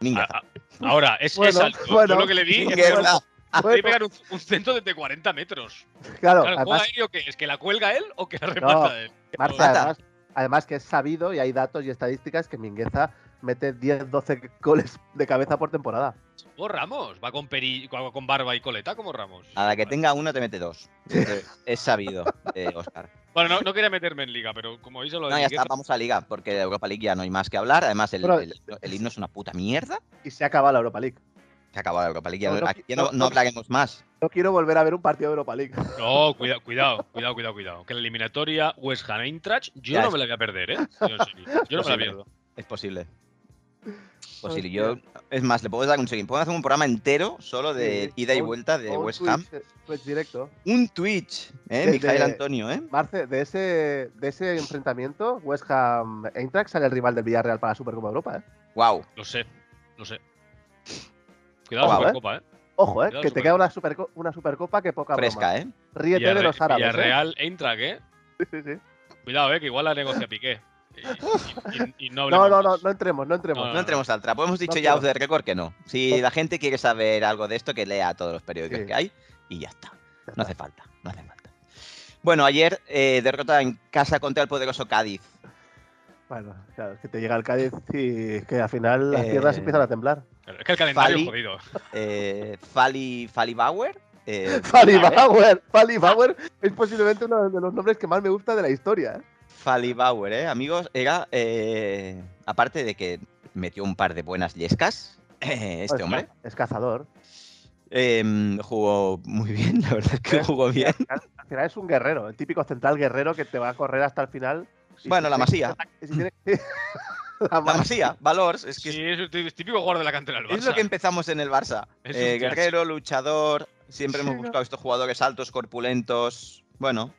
Speaker 1: Mingueza.
Speaker 4: A- a- Ah, Ahora, es,
Speaker 3: Bueno,
Speaker 4: es alto. Yo
Speaker 3: bueno.
Speaker 4: lo que le vi es
Speaker 1: Mingueza. Ah,
Speaker 4: Puede pegar un, un centro desde 40 metros.
Speaker 3: pues, Claro,
Speaker 4: Claro, ¿el juego
Speaker 3: además,
Speaker 4: aéreo qué es? ¿Que la cuelga él o que la remata él?
Speaker 3: Marta,
Speaker 1: Marta.
Speaker 3: además, además que es sabido y hay datos y estadísticas que Mingueza mete 10, 12 goles de cabeza por temporada.
Speaker 4: O Pues, Ramos, va con, peri- va con barba y coleta como Ramos.
Speaker 1: A la que tenga uno te mete dos. Es sabido, eh, Oscar.
Speaker 4: Bueno, no, no quería meterme en liga, pero como veis lo de
Speaker 1: No, ya
Speaker 4: Mingueza-
Speaker 1: está, vamos a Liga, porque de Europa League ya no hay más que hablar. Además, el,
Speaker 3: Pero-
Speaker 1: el- el himno es una puta mierda.
Speaker 3: Y se acaba la Europa League.
Speaker 1: Se acabó la Europa League, ya
Speaker 3: No,
Speaker 1: no,
Speaker 3: no,
Speaker 1: aquí ya no,
Speaker 3: no,
Speaker 1: no
Speaker 3: no.
Speaker 1: hablaremos más.
Speaker 3: No quiero volver a ver un partido de Europa League.
Speaker 4: No, cuidado, cuidado, cuidado, cuidado, cuidado. Que la eliminatoria West Ham Eintracht, yo
Speaker 1: Ya
Speaker 4: no
Speaker 1: es-
Speaker 4: me la voy a perder, ¿eh? Yo, en serio, yo no me la
Speaker 1: Posible.
Speaker 4: pierdo.
Speaker 1: Es posible. Es posible. Yo, es más, le puedo dar un seguimiento. Podemos hacer un programa entero solo de
Speaker 3: Sí,
Speaker 1: ida y
Speaker 3: o un-
Speaker 1: vuelta de
Speaker 3: O un
Speaker 1: West
Speaker 3: Twitch,
Speaker 1: Ham.
Speaker 3: eh, Twitch directo.
Speaker 1: Un Twitch, ¿eh?
Speaker 3: Desde-
Speaker 1: Mijael Antonio, ¿eh?
Speaker 3: Marce, de ese, de ese enfrentamiento, West Ham Eintracht sale el rival del Villarreal para la Supercopa de Europa. ¿eh?
Speaker 1: Wow.
Speaker 4: Lo sé, lo sé. Cuidado,
Speaker 1: Guau, ¿eh?
Speaker 4: Supercopa, ¿eh?
Speaker 3: Ojo, ¿eh?
Speaker 4: Cuidado,
Speaker 3: que te
Speaker 4: Supercopa.
Speaker 3: queda una, superco- una Supercopa que poca broma.
Speaker 1: Fresca, ¿eh?
Speaker 3: Ríete de los
Speaker 4: Villarre-
Speaker 3: árabes. ¿eh?
Speaker 4: Villarreal Eintracht, ¿eh?
Speaker 3: Sí, sí.
Speaker 4: Cuidado, ¿eh? Que igual la negocia Piqué. Y, y- y- y no
Speaker 1: [laughs]
Speaker 3: No,
Speaker 4: hablemos
Speaker 3: no, no,
Speaker 4: más.
Speaker 3: no entremos, no entremos.
Speaker 4: No,
Speaker 1: No entremos al trapo. Hemos dicho
Speaker 3: No
Speaker 1: ya
Speaker 3: quiero.
Speaker 1: off the record que no. Si
Speaker 3: No.
Speaker 1: la gente quiere saber algo de esto, que lea todos los periódicos
Speaker 3: Sí.
Speaker 1: que hay y ya está.
Speaker 3: Ya
Speaker 1: No hace falta, no hace falta. Bueno, ayer eh, derrota en casa contra el poderoso Cádiz.
Speaker 3: Bueno, claro, es que te llega el Cádiz y es que al final las
Speaker 1: Eh,
Speaker 3: tierras empiezan a temblar.
Speaker 1: [laughs]
Speaker 4: Claro, Es que el calendario
Speaker 1: Fali.
Speaker 4: es jodido.
Speaker 1: Eh, Fali, Fali Bauer. eh,
Speaker 3: [laughs] Fali
Speaker 1: Bauer,
Speaker 3: Bauer, Fali Bauer es posiblemente uno de los nombres que más me gusta de la historia. ¿eh?
Speaker 1: Fali Bauer, eh, amigos, era. eh, aparte de que metió un par de buenas yescas, eh, este
Speaker 3: Es-
Speaker 1: hombre.
Speaker 3: Es cazador.
Speaker 1: Em, jugó muy bien, la verdad es que
Speaker 3: Eh,
Speaker 1: jugó bien.
Speaker 3: Al final es un guerrero, el típico central guerrero que te va a correr hasta el final. Y
Speaker 1: Bueno,
Speaker 3: si
Speaker 1: la
Speaker 3: tiene-
Speaker 1: masía.
Speaker 3: si tiene- [laughs] la
Speaker 1: La
Speaker 3: masía.
Speaker 1: Masía, Valors, es que
Speaker 4: Sí, es el tí- típico jugador de la cantera del Barça.
Speaker 1: es lo que empezamos en el Barça.
Speaker 4: Es
Speaker 1: Eh,
Speaker 4: un clásico.
Speaker 1: guerrero, luchador, siempre
Speaker 3: Sí,
Speaker 1: hemos
Speaker 3: ¿no?
Speaker 1: buscado estos jugadores altos, corpulentos. Bueno,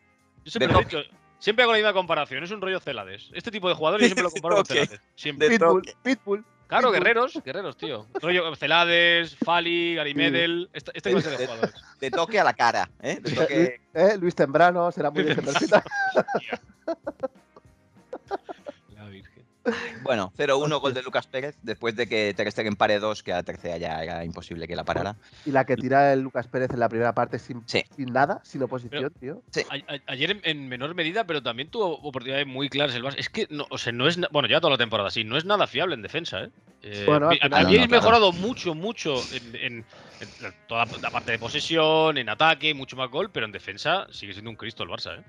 Speaker 4: Yo siempre,
Speaker 1: de
Speaker 4: lo he dicho, siempre hago la misma comparación, es un rollo Celades. Este tipo de jugadores yo siempre lo comparo
Speaker 1: [laughs] Ok.
Speaker 4: con Celades. Siempre.
Speaker 1: de
Speaker 3: Pitbull,
Speaker 1: toque.
Speaker 3: Pitbull.
Speaker 4: Claro,
Speaker 3: Pitbull.
Speaker 4: guerreros, guerreros, tío. Rollo Celades, Fali, Gary
Speaker 3: Sí.
Speaker 4: Medel, esta- este clase de jugadores.
Speaker 1: Mm. de toque a la cara, ¿eh? De toque-
Speaker 3: Eh, Luis Tembrano será
Speaker 4: [laughs]
Speaker 3: muy
Speaker 4: Luis
Speaker 3: bien
Speaker 4: Tembrano.
Speaker 3: perfecta.
Speaker 4: La Virgen.
Speaker 1: Bueno, 0-1 gol de Lucas Pérez, después de que Ter Stegen pare dos, que a la tercera ya era imposible que la parara.
Speaker 3: Y la que tira el Lucas Pérez en la primera parte sin,
Speaker 1: Sí.
Speaker 3: sin nada, sin oposición, tío.
Speaker 4: A- a- Ayer en, en menor medida, pero también tuvo oportunidades muy claras el Barça. Es que, no, o sea, no es. na- Bueno, ya toda la temporada así, no es nada fiable en defensa, ¿eh? Eh,
Speaker 3: Bueno, al
Speaker 4: vi-
Speaker 3: final-
Speaker 4: habíais
Speaker 1: No, no, claro.
Speaker 4: mejorado mucho, mucho en, en- en la- toda la parte de posesión, en ataque, mucho más gol, pero en defensa sigue siendo un Cristo el Barça, ¿eh?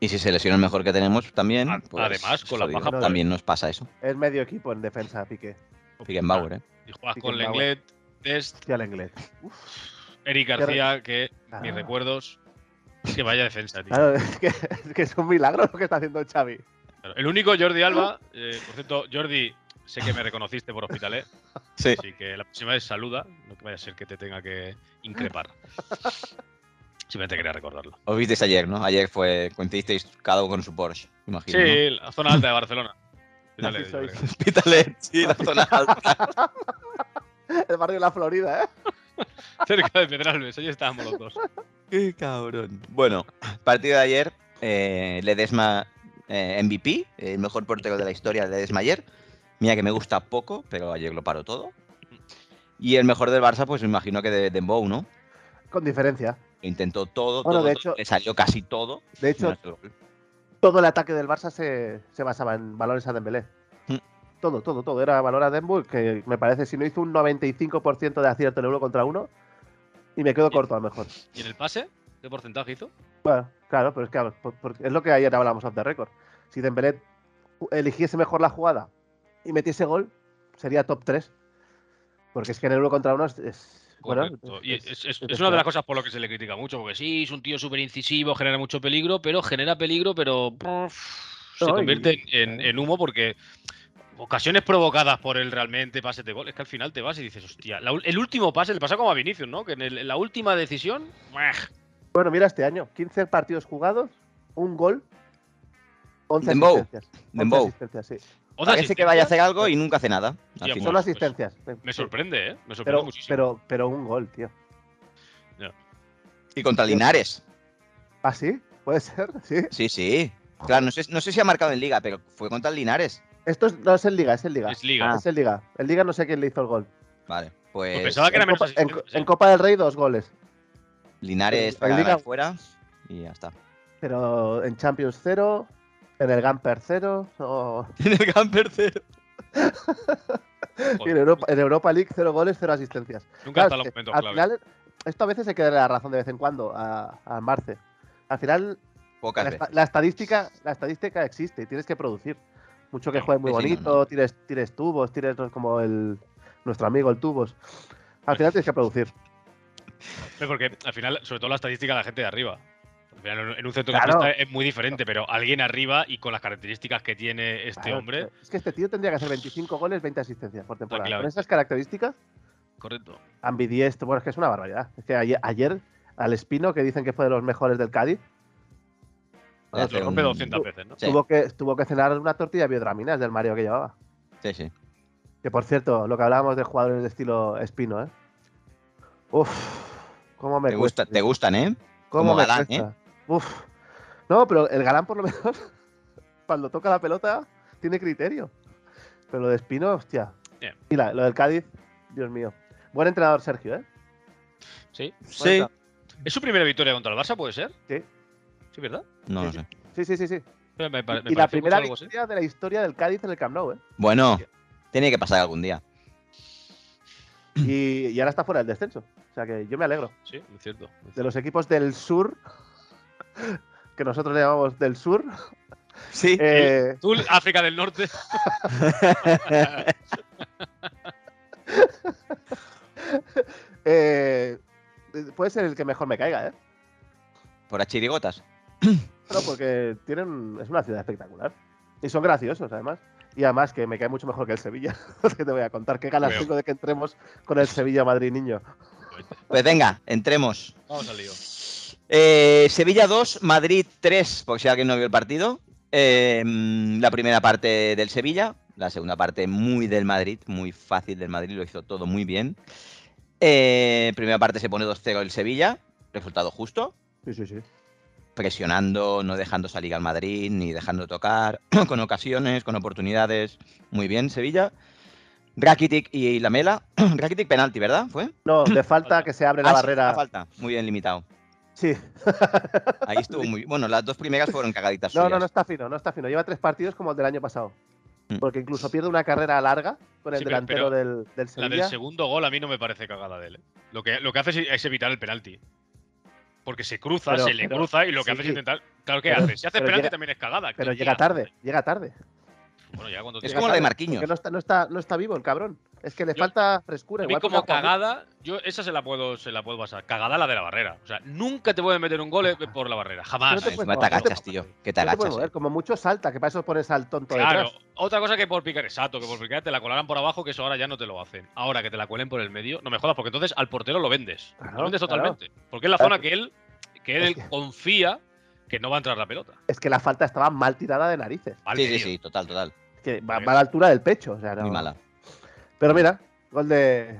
Speaker 1: Y si se lesiona el mejor que tenemos también.
Speaker 4: A-
Speaker 1: pues,
Speaker 4: además, con la
Speaker 1: jodido.
Speaker 4: baja-
Speaker 1: También nos pasa eso.
Speaker 3: Es medio equipo en defensa, Piqué.
Speaker 1: Bauer, ¿eh?
Speaker 4: Y juegas
Speaker 3: Beckenbauer.
Speaker 4: con Lenglet, Dest,
Speaker 3: Hostia, el inglés.
Speaker 4: Eric
Speaker 3: re-
Speaker 4: García, que mis
Speaker 3: Ah.
Speaker 4: recuerdos. Es que vaya defensa, tío.
Speaker 3: Claro, [laughs] es que, es que es un milagro lo que está haciendo Xavi.
Speaker 4: Claro. El único Jordi Alba, eh, por cierto, Jordi, sé que me reconociste por hospitalet,
Speaker 1: Sí.
Speaker 4: así que la próxima vez saluda, no que vaya a ser que te tenga que
Speaker 3: [laughs]
Speaker 4: increpar. Simplemente quería recordarlo.
Speaker 1: Os visteis ayer, ¿no? Ayer fue coincidisteis cada uno con su Porsche, imagino. [laughs]
Speaker 4: Sí, la zona alta
Speaker 3: [laughs]
Speaker 4: de Barcelona. Dale,
Speaker 3: Así sois.
Speaker 4: Jordi.
Speaker 1: ¿no? Pítale, sí, la zona
Speaker 4: [laughs]
Speaker 1: alta.
Speaker 3: El barrio de la Florida, ¿eh?
Speaker 4: Cerca de Pedralbes, ahí estábamos los dos.
Speaker 1: Qué cabrón. Bueno, partido de ayer, eh, Ledesma eh, MVP, el mejor portero de la historia, Ledesma ayer. Mira que me gusta poco, pero ayer lo paró todo. Y el mejor del Barça, pues me imagino que de Dembow, ¿no?
Speaker 3: Con diferencia.
Speaker 1: Lo Intentó todo,
Speaker 3: Bueno,
Speaker 1: todo,
Speaker 3: de
Speaker 1: todo,
Speaker 3: hecho-
Speaker 1: le salió casi todo.
Speaker 3: De hecho,
Speaker 1: menos el gol.
Speaker 3: todo el ataque del Barça se, se basaba en valores a Dembélé.
Speaker 1: Mm.
Speaker 3: Todo, todo, todo. Era valor a Dembélé, que me parece, si no hizo un 95% de acierto en el uno contra uno, y me quedo
Speaker 4: Sí.
Speaker 3: corto a lo mejor.
Speaker 4: ¿Y en el pase? ¿Qué porcentaje hizo?
Speaker 3: Bueno, claro, pero es que a ver, por- por- es lo que ayer hablamos off the record. Si Dembélé ju- eligiese mejor la jugada y metiese gol, sería top 3. Porque es que en el uno contra uno es... es- bueno,
Speaker 4: Correcto. Y es, es- es
Speaker 3: es
Speaker 4: una de
Speaker 3: esperar.
Speaker 4: las cosas por lo que se le critica mucho, porque sí, es un tío súper incisivo, genera mucho peligro, pero genera peligro, pero pff, se
Speaker 3: No, y- eh.
Speaker 4: convierte en, en- en humo porque ocasiones provocadas por el realmente pase de gol, es que al final te vas y dices, hostia, la ul- el último pase le pasa como a Vinicius, ¿no? Que en, el- en la última decisión, ¡buah!
Speaker 3: Bueno, mira este año, 15 partidos jugados, un gol, 11
Speaker 1: Dembow.
Speaker 3: asistencias. 11
Speaker 1: Dembow.
Speaker 3: asistencias, sí.
Speaker 4: o da
Speaker 1: Parece que vaya a
Speaker 4: asistencia,
Speaker 1: hacer algo y nunca hace nada.
Speaker 4: Sí,
Speaker 1: Al
Speaker 4: amor.
Speaker 1: final.
Speaker 3: Solo
Speaker 4: pues,
Speaker 3: asistencias.
Speaker 4: Me sorprende, ¿eh? Me sorprende
Speaker 3: Pero,
Speaker 4: muchísimo.
Speaker 3: pero, pero un gol, tío.
Speaker 1: Y contra Linares.
Speaker 3: ¿Ah, sí? ¿Puede ser? [laughs] ¿Sí?
Speaker 1: Sí, sí.
Speaker 3: Ah.
Speaker 1: Claro, no sé, no sé si ha marcado en Liga, pero fue contra el Linares.
Speaker 3: Esto es- no es en Liga, es en Liga.
Speaker 4: es liga.
Speaker 1: Ah,
Speaker 3: Es en Liga. En Liga no sé quién le hizo el gol.
Speaker 1: Vale,
Speaker 4: Pues
Speaker 1: pues.
Speaker 4: pensaba que era
Speaker 3: En
Speaker 4: menos
Speaker 3: Copa, en-
Speaker 4: asistencia.
Speaker 3: en Copa del Rey, dos goles.
Speaker 1: Linares
Speaker 3: en-
Speaker 1: para
Speaker 3: en
Speaker 1: ganar
Speaker 3: Liga-
Speaker 1: fuera y ya está. [laughs]
Speaker 3: Pero en Champions, cero. En el Gamper, cero. o-
Speaker 1: En el Gamper
Speaker 4: Joder,
Speaker 3: y ah, en Europa, en Europa League, cero goles, cero asistencias. Claro,
Speaker 4: Nunca están los
Speaker 3: es que
Speaker 4: momentos
Speaker 3: al
Speaker 4: clave.
Speaker 3: final, esto a veces se queda la razón de vez en cuando a, a Marce. Al final,
Speaker 1: Pocas
Speaker 3: la,
Speaker 1: veces.
Speaker 3: esta- la estadística, la estadística existe y tienes que producir. Mucho que juegue
Speaker 4: Claro,
Speaker 3: muy
Speaker 1: sí, sí, no,
Speaker 3: bonito,
Speaker 1: no.
Speaker 3: Tires, tires tubos, tires no, como el nuestro amigo el tubos. Al final tienes que producir.
Speaker 4: Pero porque al final, sobre todo la estadística de la gente de arriba. Al final, en- en un centro
Speaker 3: Claro.
Speaker 4: es muy diferente, pero alguien arriba y con las características que tiene este
Speaker 3: Claro,
Speaker 4: hombre,
Speaker 3: Es que este tío tendría que hacer 25 goles, 20 asistencias por temporada.
Speaker 4: clave.
Speaker 3: Con esas características,
Speaker 4: correcto.
Speaker 3: ambidiestro, bueno, es que es una barbaridad. Es que ayer, ayer, al Espino, que dicen que fue de los mejores del Cádiz,
Speaker 1: Puede
Speaker 4: Lo
Speaker 1: hacer
Speaker 4: rompe
Speaker 1: un-
Speaker 4: 200 veces, ¿no?
Speaker 1: Sí.
Speaker 3: tuvo, que, tuvo que cenar una tortilla de biodraminas del Mario que llevaba.
Speaker 1: Sí, sí.
Speaker 3: Que por cierto, lo que hablábamos de jugadores de estilo Espino, ¿eh? Uf, cómo me
Speaker 1: Te, gusta,
Speaker 3: cuesta,
Speaker 1: te gustan, ¿eh?
Speaker 3: cómo
Speaker 1: como
Speaker 3: me
Speaker 1: Galán, ¿eh?
Speaker 3: cuesta. Uf. No, pero el galán por lo menos, [laughs] cuando toca la pelota, tiene criterio. Pero lo de Espino, hostia.
Speaker 4: Bien.
Speaker 3: Y la- lo del Cádiz, Dios mío. Buen entrenador Sergio, ¿eh?
Speaker 4: Sí.
Speaker 1: Sí.
Speaker 4: ¿Es su primera victoria contra el Barça, puede ser?
Speaker 3: Sí.
Speaker 4: Sí, ¿verdad?
Speaker 1: No, no sé.
Speaker 3: Sí, sí, sí, sí.
Speaker 4: Me- me pare- me
Speaker 3: y la
Speaker 4: pareció mucho
Speaker 3: primera
Speaker 4: algo así.
Speaker 3: victoria de la historia del Cádiz en el Camp Nou, ¿eh?
Speaker 1: Bueno, tiene que pasar algún día.
Speaker 4: Mm.
Speaker 3: Y, y ahora está fuera del descenso. O sea que yo me alegro.
Speaker 4: Sí, es cierto. es
Speaker 3: De
Speaker 4: cierto.
Speaker 3: los equipos del sur, que nosotros le llamamos del sur,
Speaker 1: Sí.
Speaker 3: eh,
Speaker 4: Tú, África del Norte.
Speaker 3: eh, eh, puede ser el que mejor me caiga, ¿eh?
Speaker 1: Por las chirigotas.
Speaker 3: No, porque tienen, es una ciudad espectacular. Y son graciosos, además. Y además que me cae mucho mejor que el Sevilla. [laughs] que te voy a contar. Qué ganas
Speaker 4: Veo.
Speaker 3: tengo de que entremos con el Sevilla Madrid, niño.
Speaker 1: Pues venga, entremos.
Speaker 4: Vamos al lío.
Speaker 1: Eh, Sevilla 2, Madrid 3, por si alguien no vio el partido. Eh, mm, la primera parte del Sevilla, la segunda parte muy del Madrid, muy fácil del Madrid, lo hizo todo muy bien. Eh, primera parte se pone 2-0 el Sevilla, resultado justo,
Speaker 3: Sí, sí, sí.
Speaker 1: presionando, no dejando salir al Madrid, ni dejando tocar, [clears throat] con ocasiones, con oportunidades. Muy bien, Sevilla. Rakitic y Lamela. [clears throat] Rakitic penalti, ¿verdad? ¿Fue?
Speaker 3: No,
Speaker 4: [laughs]
Speaker 3: le falta
Speaker 4: Falta.
Speaker 3: que se abre la
Speaker 1: Ah, sí,
Speaker 3: barrera.
Speaker 1: la falta. Muy bien limitado.
Speaker 3: sí.
Speaker 1: Ahí estuvo muy. Bueno, las dos primeras fueron cagaditas.
Speaker 3: No,
Speaker 1: suyas.
Speaker 3: no, no está fino, no está fino. Lleva tres partidos como el del año pasado.
Speaker 1: Mm.
Speaker 3: Porque incluso pierde una carrera larga con el
Speaker 4: Sí, pero-
Speaker 3: delantero
Speaker 4: pero
Speaker 3: del, del
Speaker 4: La del
Speaker 3: Sevilla.
Speaker 4: segundo gol a mí no me parece cagada de él. ¿eh? Lo que, lo que hace es, es evitar el penalti. Porque se cruza,
Speaker 3: Pero-
Speaker 4: se le
Speaker 3: pero-
Speaker 4: cruza y lo que
Speaker 3: sí.
Speaker 4: hace es intentar. Claro, ¿qué
Speaker 3: Pero-
Speaker 4: hace? Si hace
Speaker 3: pero
Speaker 4: penalti
Speaker 3: llega-
Speaker 4: también es cagada.
Speaker 3: pero
Speaker 4: ¿qué
Speaker 3: llega
Speaker 4: hace?
Speaker 3: tarde, llega tarde.
Speaker 4: Bueno, ya cuando
Speaker 1: Es
Speaker 4: te-
Speaker 1: como la de
Speaker 3: tarde,
Speaker 1: Marquinhos.
Speaker 3: Porque no está, no, está, no está vivo el cabrón. Es que le
Speaker 4: Yo-
Speaker 3: falta frescura.
Speaker 4: A mí
Speaker 3: igual
Speaker 4: como
Speaker 3: porque ha jugado
Speaker 4: cagada, yo esa se la puedo, se la puedo pasar. Cagada la de la barrera. O sea, nunca te pueden meter un gol eh, por la barrera.
Speaker 1: Ah,
Speaker 3: No
Speaker 4: Jamás.
Speaker 3: te
Speaker 1: encima
Speaker 3: puedes
Speaker 1: te
Speaker 3: mover, no te-
Speaker 1: agachas, tío. Que te
Speaker 3: mucho. No te puedes
Speaker 1: agachas.
Speaker 3: mover,
Speaker 1: eh.
Speaker 3: como mucho salta, que para eso pones al tonto
Speaker 4: Claro,
Speaker 3: detrás.
Speaker 4: otra cosa que por picar, exacto, que por picar te la colaran por abajo, que eso ahora ya no te lo hacen. Ahora que te la cuelen por el medio, no me jodas, porque entonces al portero lo vendes.
Speaker 3: Claro,
Speaker 4: lo vendes
Speaker 3: claro.
Speaker 4: totalmente. Porque es la
Speaker 3: Claro.
Speaker 4: zona que él, que él confía que no va a entrar la pelota.
Speaker 3: Es que la falta estaba mal tirada de narices.
Speaker 4: Mal
Speaker 1: Sí, sí,
Speaker 4: pedido.
Speaker 1: sí, total, total.
Speaker 3: Que va,
Speaker 4: Vale.
Speaker 3: va a la altura del pecho. o sea, no-
Speaker 1: Muy mala.
Speaker 3: Pero mira, gol de,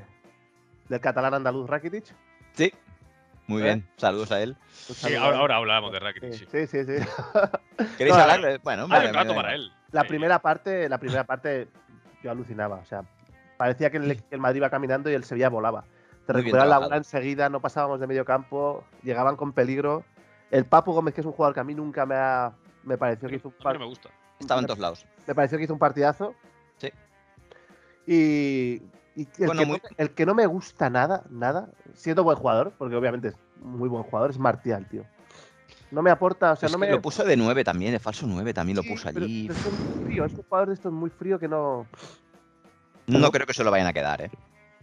Speaker 3: del catalán andaluz Rakitic.
Speaker 1: Sí. Muy
Speaker 3: ¿Eh?
Speaker 1: bien. Saludos a él.
Speaker 3: Un
Speaker 4: Sí,
Speaker 3: saludo.
Speaker 4: ahora, ahora hablamos de Rakitic.
Speaker 3: Sí,
Speaker 4: sí.
Speaker 3: sí, sí. sí.
Speaker 1: ¿Queréis
Speaker 3: No, eh,
Speaker 1: hablar? Bueno,
Speaker 4: Hay
Speaker 1: vale,
Speaker 4: un rato
Speaker 1: vale,
Speaker 4: para
Speaker 1: vale.
Speaker 4: él.
Speaker 3: La
Speaker 4: Sí.
Speaker 3: primera parte, la primera parte yo alucinaba, o sea, parecía que el, que el Madrid iba caminando y el Sevilla volaba. Te
Speaker 1: Muy bien
Speaker 3: recuperaban la
Speaker 1: trabajado.
Speaker 3: bola enseguida, no pasábamos de medio campo, llegaban con peligro. El Papu Gómez, que es un jugador que a mí nunca me ha, me pareció que hizo un
Speaker 4: A mí
Speaker 3: par-
Speaker 4: no me gusta.
Speaker 1: Estaba en todos lados.
Speaker 3: me pareció que hizo un partidazo.
Speaker 1: Sí.
Speaker 3: Y, y el,
Speaker 1: Bueno,
Speaker 3: que
Speaker 1: muy-
Speaker 3: no, el que no me gusta nada, nada, siendo buen jugador, porque obviamente es muy buen jugador, es Martial, tío. No me aporta, o sea,
Speaker 1: Es
Speaker 3: no
Speaker 1: que
Speaker 3: me.
Speaker 1: Lo puso de 9 también, de falso 9 también lo
Speaker 3: Sí,
Speaker 1: puso
Speaker 3: pero-
Speaker 1: allí.
Speaker 3: pero es muy frío, es un jugador de estos muy frío que no.
Speaker 1: No creo que se lo vayan a quedar, ¿eh?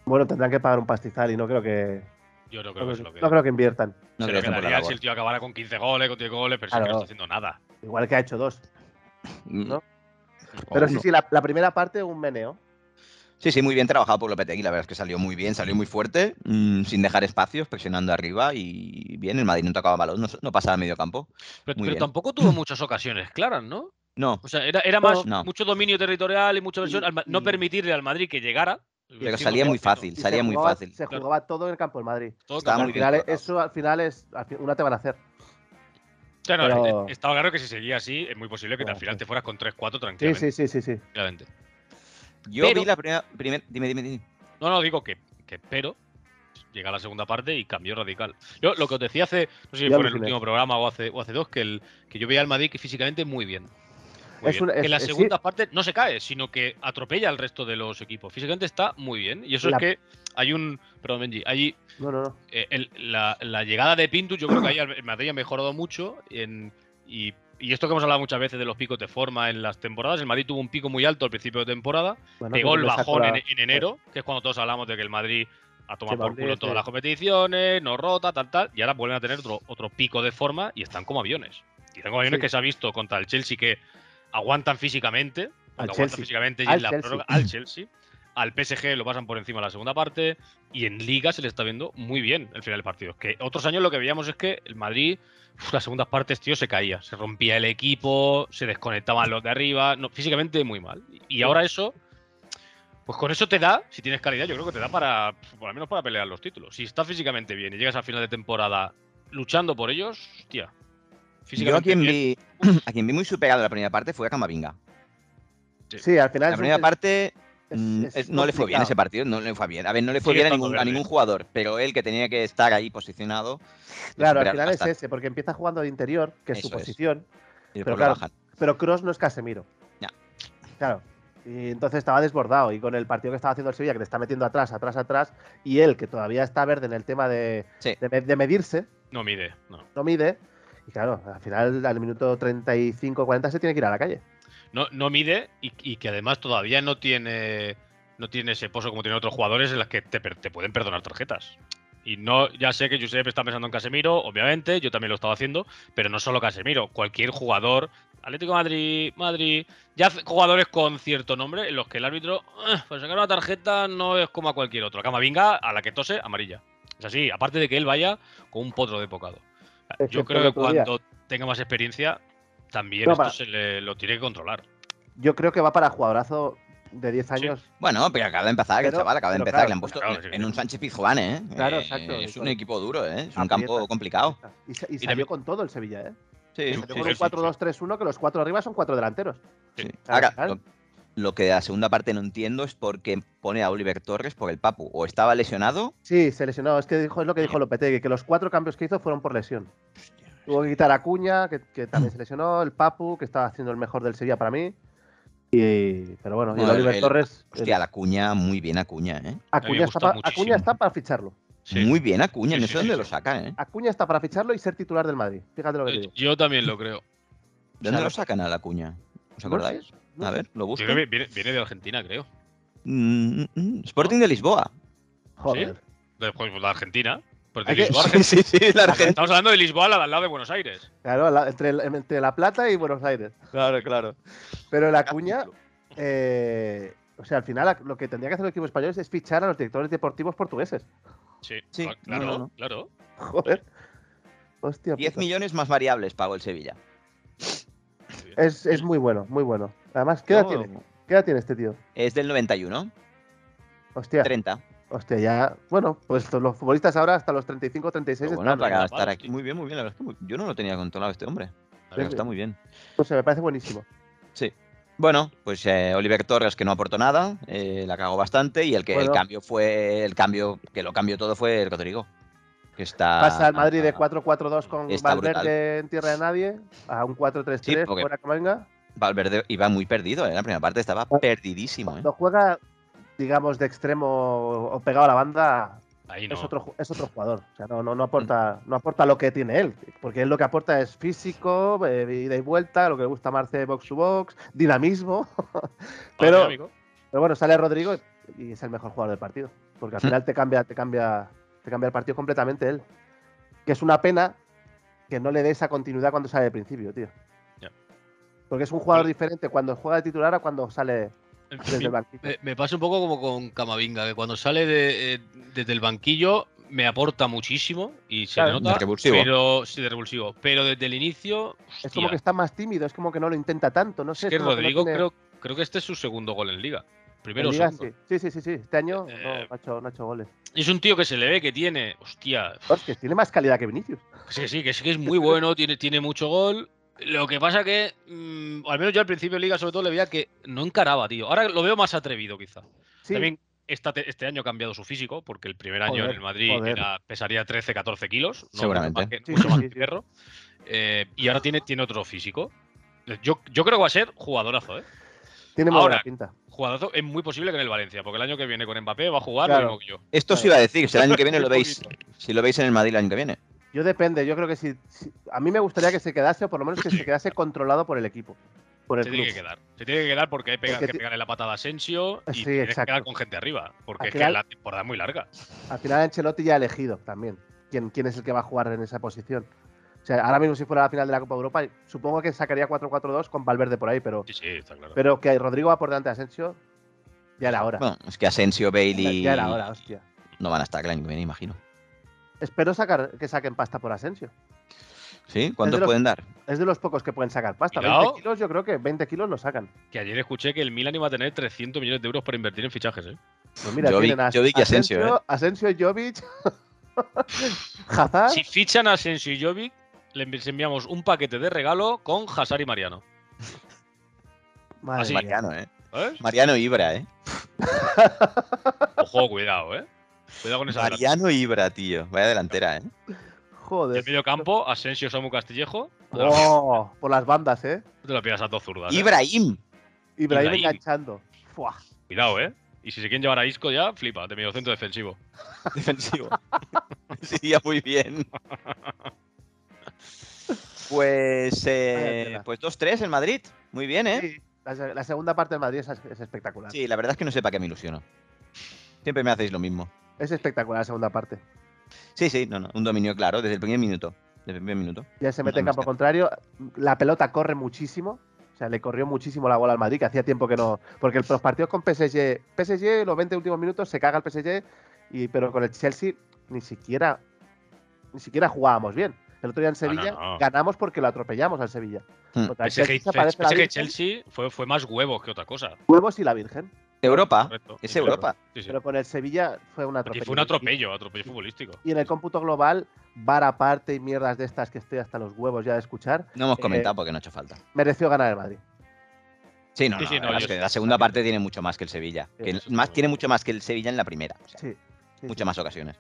Speaker 3: Bueno, tendrán que pagar un pastizal y no creo que,
Speaker 4: Yo no creo
Speaker 3: no
Speaker 4: que se
Speaker 3: creo,
Speaker 4: lo
Speaker 3: no
Speaker 4: quede.
Speaker 3: creo que inviertan.
Speaker 1: No
Speaker 4: se
Speaker 1: creo
Speaker 4: lo
Speaker 1: que por la
Speaker 4: quedaría si
Speaker 1: labor.
Speaker 4: el tío acabara con 15 goles, con 10 goles, pero si es que
Speaker 3: Claro.
Speaker 4: no está haciendo nada.
Speaker 3: Igual que ha hecho dos.
Speaker 1: Mm,
Speaker 3: ¿no? Oh,
Speaker 1: o
Speaker 3: Pero sí,
Speaker 1: uno.
Speaker 3: sí, la, la primera parte un meneo.
Speaker 1: Sí, sí, muy bien trabajado por Lopetegui. La verdad es que salió muy bien, salió muy fuerte, mm, sin dejar espacios, presionando arriba y bien. El Madrid no tocaba balón, no, no pasaba a medio campo.
Speaker 4: Pero,
Speaker 1: Muy
Speaker 4: pero
Speaker 1: bien.
Speaker 4: tampoco tuvo muchas ocasiones claras, ¿no?
Speaker 1: No,
Speaker 3: Pues
Speaker 4: O sea, era, era más
Speaker 1: No.
Speaker 4: mucho dominio territorial y mucha versión. al Ma- no
Speaker 3: y-
Speaker 4: permitirle al Madrid que llegara.
Speaker 1: pero
Speaker 4: Sí,
Speaker 1: salía
Speaker 4: no,
Speaker 1: muy
Speaker 4: no,
Speaker 1: fácil,
Speaker 3: Y
Speaker 1: salía
Speaker 3: se
Speaker 1: muy
Speaker 3: jugaba-
Speaker 1: fácil.
Speaker 3: Se jugaba todo en el campo del Madrid.
Speaker 4: todo
Speaker 1: Estaba
Speaker 4: cambiado.
Speaker 1: muy
Speaker 3: al
Speaker 1: bien
Speaker 3: final, es-
Speaker 1: colocado.
Speaker 3: eso al final es al fin- una te van a hacer.
Speaker 4: O sea, no,
Speaker 3: pero-
Speaker 4: eh, Estaba claro que si seguía así, es muy posible que
Speaker 3: Claro,
Speaker 4: al final
Speaker 3: sí.
Speaker 4: te fueras con 3-4
Speaker 3: Sí,
Speaker 4: tranquilamente.
Speaker 3: sí, sí, sí, sí.
Speaker 4: tranquilamente.
Speaker 1: Yo
Speaker 4: Pero-
Speaker 1: vi la primera, primer- Dime, dime, dime.
Speaker 4: No, no, digo que, que espero. Llega la segunda parte y cambió radical. Yo lo que os decía hace, no sé si
Speaker 3: Ya
Speaker 4: fue en el
Speaker 3: aluciné.
Speaker 4: último programa o hace, o hace dos, que, el, que yo veía al Madrid que físicamente muy bien. Muy
Speaker 3: Es
Speaker 4: bien.
Speaker 3: una-
Speaker 4: que
Speaker 3: es-
Speaker 4: en la
Speaker 3: es- sí.
Speaker 4: segunda parte no se cae, sino que atropella al resto de los equipos. Físicamente está muy bien. Y eso
Speaker 3: La-
Speaker 4: es que hay un. Perdón, Benji. Hay,
Speaker 3: No, no, no.
Speaker 4: eh, el- la, la llegada de Pintu, yo creo que ahí el Madrid ha mejorado mucho. en- y, y esto que hemos hablado muchas veces de los picos de forma en las temporadas, el Madrid tuvo un pico muy alto al principio de temporada,
Speaker 3: Bueno, pues
Speaker 4: pegó el
Speaker 3: le sacó
Speaker 4: bajón
Speaker 3: la-
Speaker 4: en, e-, en enero, que es cuando todos hablamos de que el Madrid ha tomado
Speaker 3: Sí,
Speaker 4: por
Speaker 3: Madrid,
Speaker 4: culo todas
Speaker 3: sí.
Speaker 4: las competiciones, no rota, tal, tal, y ahora vuelven a tener otro, otro pico de forma y están como aviones. Y están como aviones
Speaker 3: Sí.
Speaker 4: que se ha visto contra el Chelsea que aguantan físicamente,
Speaker 3: Al
Speaker 4: porque aguantan
Speaker 3: Chelsea.
Speaker 4: físicamente y
Speaker 3: Al
Speaker 4: en la
Speaker 3: Chelsea.
Speaker 4: prórroga
Speaker 3: [laughs]
Speaker 4: al Chelsea. Al PSG lo pasan por encima en la segunda parte y en Liga se le está viendo muy bien el final del partido. Que otros años lo que veíamos es que el Madrid, uf, las segundas partes, tío, se caía. Se rompía el equipo, se desconectaban los de arriba. no, físicamente muy mal. Y ahora eso, pues con eso te da, si tienes calidad, yo creo que te da para, por lo menos para pelear los títulos. Si estás físicamente bien y llegas al final de temporada luchando por ellos, hostia.
Speaker 1: Yo a
Speaker 4: Físicamente
Speaker 1: quien,
Speaker 4: bien,
Speaker 1: vi, a quien vi [clears throat] muy superado la primera parte fue a Camavinga.
Speaker 3: Sí, al final.
Speaker 1: La
Speaker 3: es
Speaker 1: primera
Speaker 3: un-
Speaker 1: parte
Speaker 3: es-
Speaker 1: mm,
Speaker 3: es
Speaker 1: es- no le fue bien
Speaker 3: complicado.
Speaker 1: ese partido, no le fue bien. A ver, no le fue
Speaker 4: Sigue
Speaker 1: bien a
Speaker 4: estando
Speaker 1: ningún, a
Speaker 4: verde.
Speaker 1: ningún jugador, pero él que tenía que estar ahí posicionado. le
Speaker 3: Claro, al
Speaker 1: superaron
Speaker 3: final es
Speaker 1: bastante,
Speaker 3: ese, porque empieza jugando de interior, que es su
Speaker 1: Eso es.
Speaker 3: posición,
Speaker 1: y después
Speaker 3: pero
Speaker 1: lo
Speaker 3: claro,
Speaker 1: bajan.
Speaker 3: pero Cross no es Casemiro.
Speaker 1: Ya.
Speaker 3: Claro. Y entonces estaba desbordado. Y con el partido que estaba haciendo el Sevilla, que le está metiendo atrás, atrás, atrás, y él, que todavía está verde en el tema de,
Speaker 1: Sí.
Speaker 3: de me- de medirse,
Speaker 4: No mide, no.
Speaker 3: no mide. Y claro, al final, al minuto 35-40 se tiene que ir a la calle.
Speaker 4: No, no mide y, y que además todavía no tiene no tiene ese pozo como tienen otros jugadores en las que te, per- te pueden perdonar tarjetas. Y Y no, ya sé que Josep está pensando en Casemiro, obviamente, yo también lo estaba haciendo, pero no solo Casemiro, cualquier jugador, Atlético de Madrid, Madrid, ya hace- jugadores con cierto nombre en los que el árbitro, "Ah, para sacar una tarjeta no es como a cualquier otro. Camavinga, a la que tose, amarilla. Es así, aparte de que él vaya con un potro de pocado.
Speaker 3: Excepto
Speaker 4: Yo
Speaker 3: el
Speaker 4: creo que
Speaker 3: otro día.
Speaker 4: cuando tenga más experiencia, también
Speaker 3: No,
Speaker 4: esto
Speaker 3: para-
Speaker 4: se le, lo tiene que controlar.
Speaker 3: Yo creo que va para jugadorazo de 10 años.
Speaker 1: Bueno, pero acaba de empezar, que el
Speaker 3: Pero-
Speaker 1: chaval acaba de
Speaker 3: pero
Speaker 1: empezar,
Speaker 3: claro,
Speaker 1: que le han puesto
Speaker 4: claro, sí.
Speaker 1: en un Sánchez Pizjuán, ¿eh?
Speaker 3: Claro,
Speaker 1: Eh,
Speaker 3: exacto,
Speaker 1: Es un
Speaker 3: exacto.
Speaker 1: equipo duro, ¿eh? Es un
Speaker 3: Aprieta.
Speaker 1: campo complicado.
Speaker 3: Y, sa- y
Speaker 4: Y
Speaker 3: salió
Speaker 4: también-
Speaker 3: con todo el Sevilla, ¿eh?
Speaker 1: Sí.
Speaker 4: Sí,
Speaker 3: Salió
Speaker 4: sí,
Speaker 3: con un
Speaker 4: sí,
Speaker 3: 4-2-3-1, que los cuatro arriba son cuatro delanteros.
Speaker 4: sí.
Speaker 1: Sí.
Speaker 3: Claro,
Speaker 1: Ahora,
Speaker 3: claro.
Speaker 1: lo, lo que de la segunda parte no entiendo es por qué pone a Oliver Torres por el Papu. O estaba lesionado.
Speaker 3: Sí, se lesionó. Es que dijo, es lo que dijo Lopetegui, que los cuatro cambios que hizo fueron por lesión. Tuvo que quitar a Cuña, que, que también se lesionó, el Papu, que estaba haciendo el mejor del Sevilla para mí. Y, pero bueno, y el
Speaker 1: Bueno,
Speaker 3: Oliver
Speaker 1: el-
Speaker 3: Torres. el-
Speaker 1: Hostia, la cuña, muy bien Acuña, ¿eh?
Speaker 3: Acuña, está
Speaker 4: gusta
Speaker 3: pa- Acuña
Speaker 4: muchísimo.
Speaker 3: está para ficharlo.
Speaker 4: Sí.
Speaker 1: Muy bien Acuña,
Speaker 4: Sí,
Speaker 1: no
Speaker 4: sí,
Speaker 1: sé dónde
Speaker 4: sí,
Speaker 1: lo
Speaker 4: sí.
Speaker 1: saca, ¿eh?
Speaker 3: Acuña está para ficharlo y ser titular del Madrid. Fíjate lo que te digo.
Speaker 4: Yo también lo creo.
Speaker 1: ¿De dónde
Speaker 3: Claro.
Speaker 1: lo sacan a la cuña? ¿Os
Speaker 3: No sé,
Speaker 1: acordáis?
Speaker 3: no
Speaker 1: A
Speaker 3: sé.
Speaker 1: ver, lo
Speaker 4: Yo
Speaker 1: busco.
Speaker 4: creo que viene, viene de Argentina, creo.
Speaker 1: Mm, mm, mm. Sporting de Lisboa.
Speaker 3: Joder.
Speaker 4: Después de Argentina. Porque
Speaker 3: Hay que-
Speaker 1: [laughs]
Speaker 4: Lisboa,
Speaker 1: Sí, sí, sí, la Argentina.
Speaker 4: Estamos hablando de Lisboa al al lado de Buenos Aires.
Speaker 3: Claro, la- entre, el- entre La Plata y Buenos Aires.
Speaker 1: Claro, claro.
Speaker 3: Pero la Acuña, eh, o sea, al final lo que tendría que hacer el equipo español es fichar a los directores deportivos portugueses. [laughs]
Speaker 4: Sí,
Speaker 1: Sí,
Speaker 4: cla-
Speaker 1: no,
Speaker 4: claro,
Speaker 1: no, no.
Speaker 4: claro.
Speaker 3: Joder. Hostia.
Speaker 1: 10
Speaker 3: puta.
Speaker 1: millones más variables pagó el Sevilla.
Speaker 3: Es, es muy bueno, muy bueno. Además, ¿qué edad,
Speaker 4: Oh.
Speaker 1: No,
Speaker 3: tiene? ¿Qué edad tiene este tío?
Speaker 1: Es del 91,
Speaker 3: Hostia,
Speaker 1: 30.
Speaker 3: hostia, ya. Bueno, pues los futbolistas ahora hasta los 35, 36
Speaker 1: Pero
Speaker 3: están.
Speaker 1: bueno, para
Speaker 4: ¿no?
Speaker 1: estar
Speaker 4: Vale,
Speaker 1: aquí.
Speaker 4: sí.
Speaker 1: Muy bien, muy bien. La verdad es que muy- yo no lo tenía controlado este hombre.
Speaker 4: A
Speaker 1: Pero
Speaker 4: ver,
Speaker 3: Sí,
Speaker 1: está muy bien.
Speaker 3: O sea, Pues me parece buenísimo.
Speaker 1: Bueno, pues eh, Oliver Torres que no aportó nada, eh, la cagó bastante y el que el
Speaker 3: Bueno.
Speaker 1: cambio fue el cambio que lo cambió todo fue el Rodrigo, que está
Speaker 3: Pasa al Madrid de 4-4-2 con
Speaker 1: Ah, Está
Speaker 3: Valverde en tierra de nadie a un 4-3-3
Speaker 1: Sí, porque-
Speaker 3: fuera Camavinga.
Speaker 1: Valverde iba muy perdido, en la primera parte estaba
Speaker 3: Ah,
Speaker 1: perdidísimo, ¿eh?
Speaker 3: Cuando juega, digamos, de extremo o pegado a la banda,
Speaker 4: ahí no.
Speaker 3: es, otro, ju- es otro jugador. O sea, no, no, no, aporta,
Speaker 1: Mm.
Speaker 3: no aporta lo que tiene él. Porque él lo que aporta es físico, eh, ida y vuelta, lo que le gusta a Marce, box to box, dinamismo. pero-
Speaker 4: Dinámico.
Speaker 3: Pero bueno, sale Rodrigo y es el mejor jugador del partido. Porque al
Speaker 1: Hmm.
Speaker 3: final te cambia, te cambia, te cambia el partido completamente él. Que es una pena que no le dé esa continuidad cuando sale de principio, tío.
Speaker 4: Ya.
Speaker 3: Porque es un jugador
Speaker 4: Yo-
Speaker 3: diferente cuando juega de titular a cuando sale
Speaker 4: En
Speaker 3: desde el
Speaker 4: fin,
Speaker 3: banquillo.
Speaker 4: me, me pasa un poco como con Camavinga, que cuando sale de, eh, desde el banquillo me aporta muchísimo y se
Speaker 3: Claro.
Speaker 4: le nota.
Speaker 1: De revulsivo.
Speaker 4: Pero, sí, de revulsivo. Pero desde el inicio.
Speaker 3: Es como que
Speaker 4: hostia,
Speaker 3: está más tímido, es como que no lo intenta tanto, no sé.
Speaker 4: es que
Speaker 3: es como no
Speaker 4: Rodrigo,
Speaker 3: tiene-
Speaker 4: creo, creo que este es su segundo gol en Liga.
Speaker 3: en
Speaker 4: Primero o
Speaker 3: Liga,
Speaker 4: segundo.
Speaker 3: sí. sí, sí, sí, sí, Este año no,
Speaker 4: Eh,
Speaker 3: no ha hecho, no ha hecho goles.
Speaker 4: Es un tío que se le ve que tiene. Hostia,
Speaker 3: Porque tiene más calidad que Vinicius.
Speaker 4: Sí, sí, que sí que es muy bueno, tiene, tiene mucho gol. Lo que pasa que, mm, al menos yo al principio de Liga, sobre todo, le veía que no encaraba, tío. Ahora lo veo más atrevido, quizá.
Speaker 3: Sí,
Speaker 4: También esta te- este año ha cambiado su físico, porque el primer año
Speaker 3: Joder,
Speaker 4: en el Madrid
Speaker 3: joder.
Speaker 4: era- pesaría 13, 14 kilos. ¿no?
Speaker 1: Seguramente.
Speaker 4: Mucho más que,
Speaker 3: Sí,
Speaker 4: mucho
Speaker 3: sí,
Speaker 4: más
Speaker 3: sí,
Speaker 4: que
Speaker 3: sí.
Speaker 4: Perro. Eh, y ahora tiene, tiene otro físico. Yo, yo creo que va a ser jugadorazo, ¿eh?
Speaker 3: tiene muy buena
Speaker 4: ahora-
Speaker 3: pinta.
Speaker 4: Jugadorazo es muy posible que en el Valencia, porque el año que viene con Mbappé va a jugar
Speaker 3: Claro.
Speaker 4: lo mismo que yo.
Speaker 1: Esto os
Speaker 3: Vale.
Speaker 1: iba a decir, si el año que viene lo
Speaker 4: Un
Speaker 1: veis, si lo veis en el Madrid el año que viene.
Speaker 3: Yo depende, yo creo que si, si- A mí me gustaría que se quedase, o por lo menos que se quedase controlado por el equipo. Por el
Speaker 4: Se
Speaker 3: club.
Speaker 4: tiene que quedar. Se tiene que quedar porque hay pega-
Speaker 3: Porque
Speaker 4: que
Speaker 3: ti-
Speaker 4: pegarle la patada a Asensio y
Speaker 3: Sí,
Speaker 4: tienes que
Speaker 3: exacto.
Speaker 4: quedar con gente arriba. Porque
Speaker 3: Al
Speaker 4: es que
Speaker 3: final-
Speaker 4: la temporada es muy larga.
Speaker 3: Al final Ancelotti ya ha elegido también quién, quién es el que va a jugar en esa posición. O sea, ahora mismo si fuera la final de la Copa Europa, supongo que sacaría 4-4-2 con Valverde por ahí, pero,
Speaker 4: Sí, sí, está claro.
Speaker 3: pero que Rodrigo va por delante de Asensio, ya era hora.
Speaker 1: Bueno, es que Asensio, Bailey
Speaker 3: Ya era hora, hostia.
Speaker 1: no van a estar el año que viene, imagino.
Speaker 3: Espero sacar, que saquen pasta por Asensio.
Speaker 1: ¿Sí? ¿Cuántos
Speaker 3: los-
Speaker 1: pueden dar?
Speaker 3: Es de los pocos que pueden sacar pasta.
Speaker 4: Cuidado.
Speaker 3: 20 kilos, yo creo que 20 kilos lo sacan.
Speaker 4: Que ayer escuché que el Milan iba a tener 300 millones de euros para invertir en fichajes, ¿eh?
Speaker 3: Pues mira,
Speaker 1: Jovic-
Speaker 3: tienen a
Speaker 1: Jovic y Asensio, ¿eh?
Speaker 3: Asensio, Jovic, [laughs] Hazard.
Speaker 4: Si fichan a Asensio y Jovic, les enviamos un paquete de regalo con Hazard y Mariano.
Speaker 3: Madre
Speaker 4: así.
Speaker 3: mía.
Speaker 1: Mariano, ¿eh?
Speaker 4: ¿Eh?
Speaker 1: Mariano Ibra, ¿eh?
Speaker 4: Ojo, cuidado, ¿eh? Cuidado con esa delantera.
Speaker 1: Mariano Ibra, tío. Vaya delantera, ¿eh?
Speaker 4: En el
Speaker 3: Joder.
Speaker 4: medio campo, Asensio Samu Castillejo. No te la-
Speaker 3: Oh, por las bandas, ¿eh?
Speaker 4: no te la pidas a dos zurdas. ¿eh?
Speaker 3: [laughs]
Speaker 1: Ibrahim.
Speaker 3: Ibrahim,
Speaker 4: Ibrahim.
Speaker 3: enganchando. Fuah.
Speaker 4: Cuidado, ¿eh? Y si se quieren llevar a Isco ya, flipa, de medio centro defensivo.
Speaker 1: [laughs] defensivo. Sería muy bien. Pues,
Speaker 3: Vaya
Speaker 1: eh,
Speaker 3: tela.
Speaker 1: pues 2-3 en Madrid. Muy bien, ¿eh? Sí.
Speaker 3: Sí, la, se- la segunda parte de Madrid es, es espectacular.
Speaker 1: la verdad es que no sé para qué me ilusiono. Siempre me hacéis lo mismo.
Speaker 3: Es espectacular la segunda parte.
Speaker 1: Sí, sí, no, no, un dominio claro, desde el primer minuto. Desde el primer minuto.
Speaker 3: Ya se mete en
Speaker 1: Vamos,
Speaker 3: campo
Speaker 1: ya.
Speaker 3: contrario. La pelota corre muchísimo. O sea, le corrió muchísimo la bola al Madrid, que hacía tiempo que no. Porque el- los partidos con PSG, PSG, los 20 últimos minutos se caga el PSG, y, pero con el Chelsea ni siquiera, ni siquiera jugábamos bien. El otro día en Sevilla
Speaker 4: no.
Speaker 3: ganamos porque lo atropellamos al Sevilla.
Speaker 1: Hmm.
Speaker 3: Contra el
Speaker 4: PSG,
Speaker 3: se aparece la
Speaker 4: PSG
Speaker 3: Virgen,
Speaker 4: Chelsea fue, fue más huevos que otra cosa.
Speaker 3: Huevos y la Virgen. Ah,
Speaker 1: Europa,
Speaker 4: correcto.
Speaker 1: es
Speaker 4: Sí,
Speaker 1: Europa.
Speaker 4: sí, sí.
Speaker 3: Pero con el Sevilla fue un
Speaker 4: Aquí
Speaker 3: atropello.
Speaker 4: fue un atropello, atropello futbolístico.
Speaker 3: Y en el cómputo global, bar aparte y mierdas de estas que estoy hasta los huevos ya de escuchar,
Speaker 1: No hemos
Speaker 3: Eh,
Speaker 1: comentado porque no ha hecho falta.
Speaker 3: mereció ganar el Madrid.
Speaker 1: Sí, no,
Speaker 4: sí,
Speaker 1: no,
Speaker 4: sí,
Speaker 1: la
Speaker 4: no,
Speaker 1: verdad
Speaker 4: yo
Speaker 1: es que
Speaker 4: sí,
Speaker 1: la segunda parte tiene mucho más que el Sevilla.
Speaker 3: Sí,
Speaker 1: Que
Speaker 4: eso es
Speaker 1: más,
Speaker 4: todo.
Speaker 1: tiene mucho más que el Sevilla en la primera. o sea,
Speaker 3: Sí. sí, sí.
Speaker 1: Muchas más ocasiones.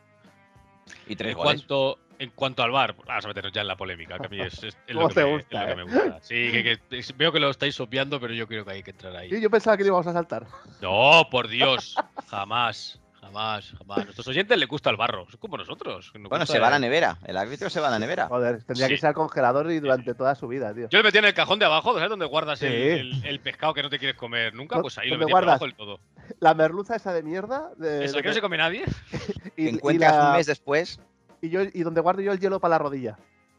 Speaker 1: Y
Speaker 4: En
Speaker 1: tres goles.
Speaker 4: cuanto, en cuanto al bar, vamos a meternos ya en la polémica, que a mí es, es- es
Speaker 3: ¿Cómo
Speaker 4: lo,
Speaker 3: te
Speaker 4: que me, es
Speaker 3: gusta,
Speaker 4: lo que
Speaker 3: eh?
Speaker 4: me gusta. Sí, que, que- es- veo que lo estáis obviando, pero yo creo que hay que entrar ahí.
Speaker 3: Sí, yo pensaba que le íbamos a saltar.
Speaker 4: No, por Dios, jamás, jamás, jamás. A nuestros oyentes les gusta el barro, son como nosotros. que nos
Speaker 1: Bueno,
Speaker 4: gusta
Speaker 1: se va a
Speaker 4: el-
Speaker 1: la nevera. El árbitro se va a la nevera.
Speaker 3: Joder, tendría que
Speaker 4: Sí.
Speaker 3: ser al congelador y durante toda su vida, tío.
Speaker 4: Yo le metí en el cajón de abajo, ¿sabes dónde guardas el,
Speaker 3: Sí.
Speaker 4: el- el pescado que no te quieres comer nunca?
Speaker 3: ¿Dó-
Speaker 4: Pues ahí lo
Speaker 3: dónde
Speaker 4: metí por
Speaker 3: guardas?
Speaker 4: abajo del todo.
Speaker 3: La merluza esa de mierda. de-
Speaker 4: Eso
Speaker 3: de-
Speaker 4: que no se come nadie.
Speaker 3: y,
Speaker 1: Te
Speaker 3: y
Speaker 1: encuentras
Speaker 3: la-
Speaker 1: un mes después.
Speaker 3: y yo- y donde guardo yo el hielo para la rodilla.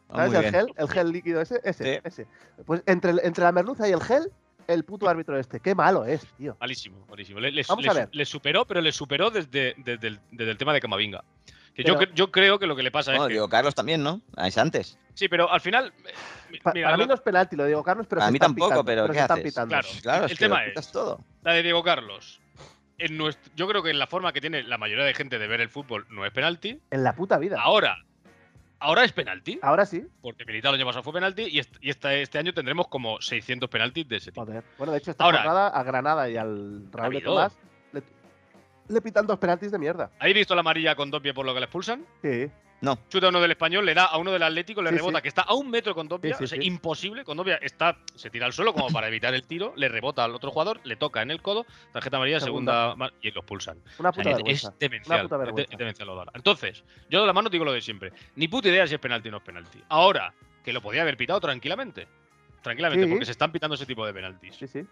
Speaker 1: Oh,
Speaker 3: ¿Sabes?
Speaker 1: muy
Speaker 3: El
Speaker 1: bien.
Speaker 3: gel, el gel líquido ese, ese,
Speaker 1: Sí.
Speaker 3: ese. Pues entre, el- entre la merluza y el gel, el puto árbitro este. Qué malo es, tío.
Speaker 4: Malísimo, malísimo. Le, le-
Speaker 3: Vamos
Speaker 4: le-
Speaker 3: a ver.
Speaker 4: le superó, pero le superó desde, desde el, desde el tema de Camavinga. Que yo,
Speaker 3: Pero-
Speaker 4: cre- yo creo que lo que le pasa
Speaker 1: No,
Speaker 4: es que.
Speaker 1: digo, Carlos también, ¿no? Ah, Es antes.
Speaker 4: Sí, pero al final. eh, mi-
Speaker 3: Pa-
Speaker 4: mira,
Speaker 3: para
Speaker 4: lo-
Speaker 3: mí no es penalti, lo digo Carlos, pero
Speaker 1: a
Speaker 3: se
Speaker 1: mí
Speaker 3: están
Speaker 1: tampoco,
Speaker 3: pitando,
Speaker 1: pero ¿qué
Speaker 3: se están
Speaker 1: haces?
Speaker 3: pitando.
Speaker 4: Claro.
Speaker 1: Claro,
Speaker 4: el
Speaker 1: es que lo
Speaker 4: tema es-
Speaker 1: quitas todo.
Speaker 4: la de Diego Carlos. En nuestro- yo creo que en la forma que tiene la mayoría de gente de ver el fútbol no es penalti.
Speaker 3: En la puta vida.
Speaker 4: Ahora, ahora es penalti,
Speaker 3: Ahora sí,
Speaker 4: porque Militao el año pasado fue penalti y, est- y esta- este año tendremos como 600 penaltis de ese tipo.
Speaker 3: joder. Bueno, de hecho, esta
Speaker 4: Ahora-
Speaker 3: jornada a Granada y al Raúl de
Speaker 4: habido.
Speaker 3: Tomás le, le pitan dos penaltis de mierda.
Speaker 4: ¿Habéis visto la amarilla con dos pies por lo que la expulsan?
Speaker 3: Sí.
Speaker 1: No,
Speaker 4: Chuta a uno del español, le da a uno del Atlético, le
Speaker 3: Sí,
Speaker 4: rebota,
Speaker 3: sí.
Speaker 4: que está a un metro con Dobia,
Speaker 3: Sí, sí,
Speaker 4: o sea,
Speaker 3: sí.
Speaker 4: imposible. Con Dobia está, se tira al suelo como para evitar el tiro, le rebota al otro jugador, le toca en el codo, tarjeta amarilla, segunda,
Speaker 3: Segunda.
Speaker 4: ma- y lo expulsan.
Speaker 3: Una
Speaker 4: O
Speaker 3: puta
Speaker 4: sea, es,
Speaker 3: vergüenza.
Speaker 4: es demencial.
Speaker 3: Una puta
Speaker 4: es de-
Speaker 3: vergüenza.
Speaker 4: es demencial lo de ahora. Entonces, yo de la mano digo lo de siempre. Ni puta idea si es penalti o no es penalti. Ahora, que lo podía haber pitado tranquilamente. Tranquilamente,
Speaker 3: Sí.
Speaker 4: porque se están pitando ese tipo de penaltis.
Speaker 3: Sí, sí.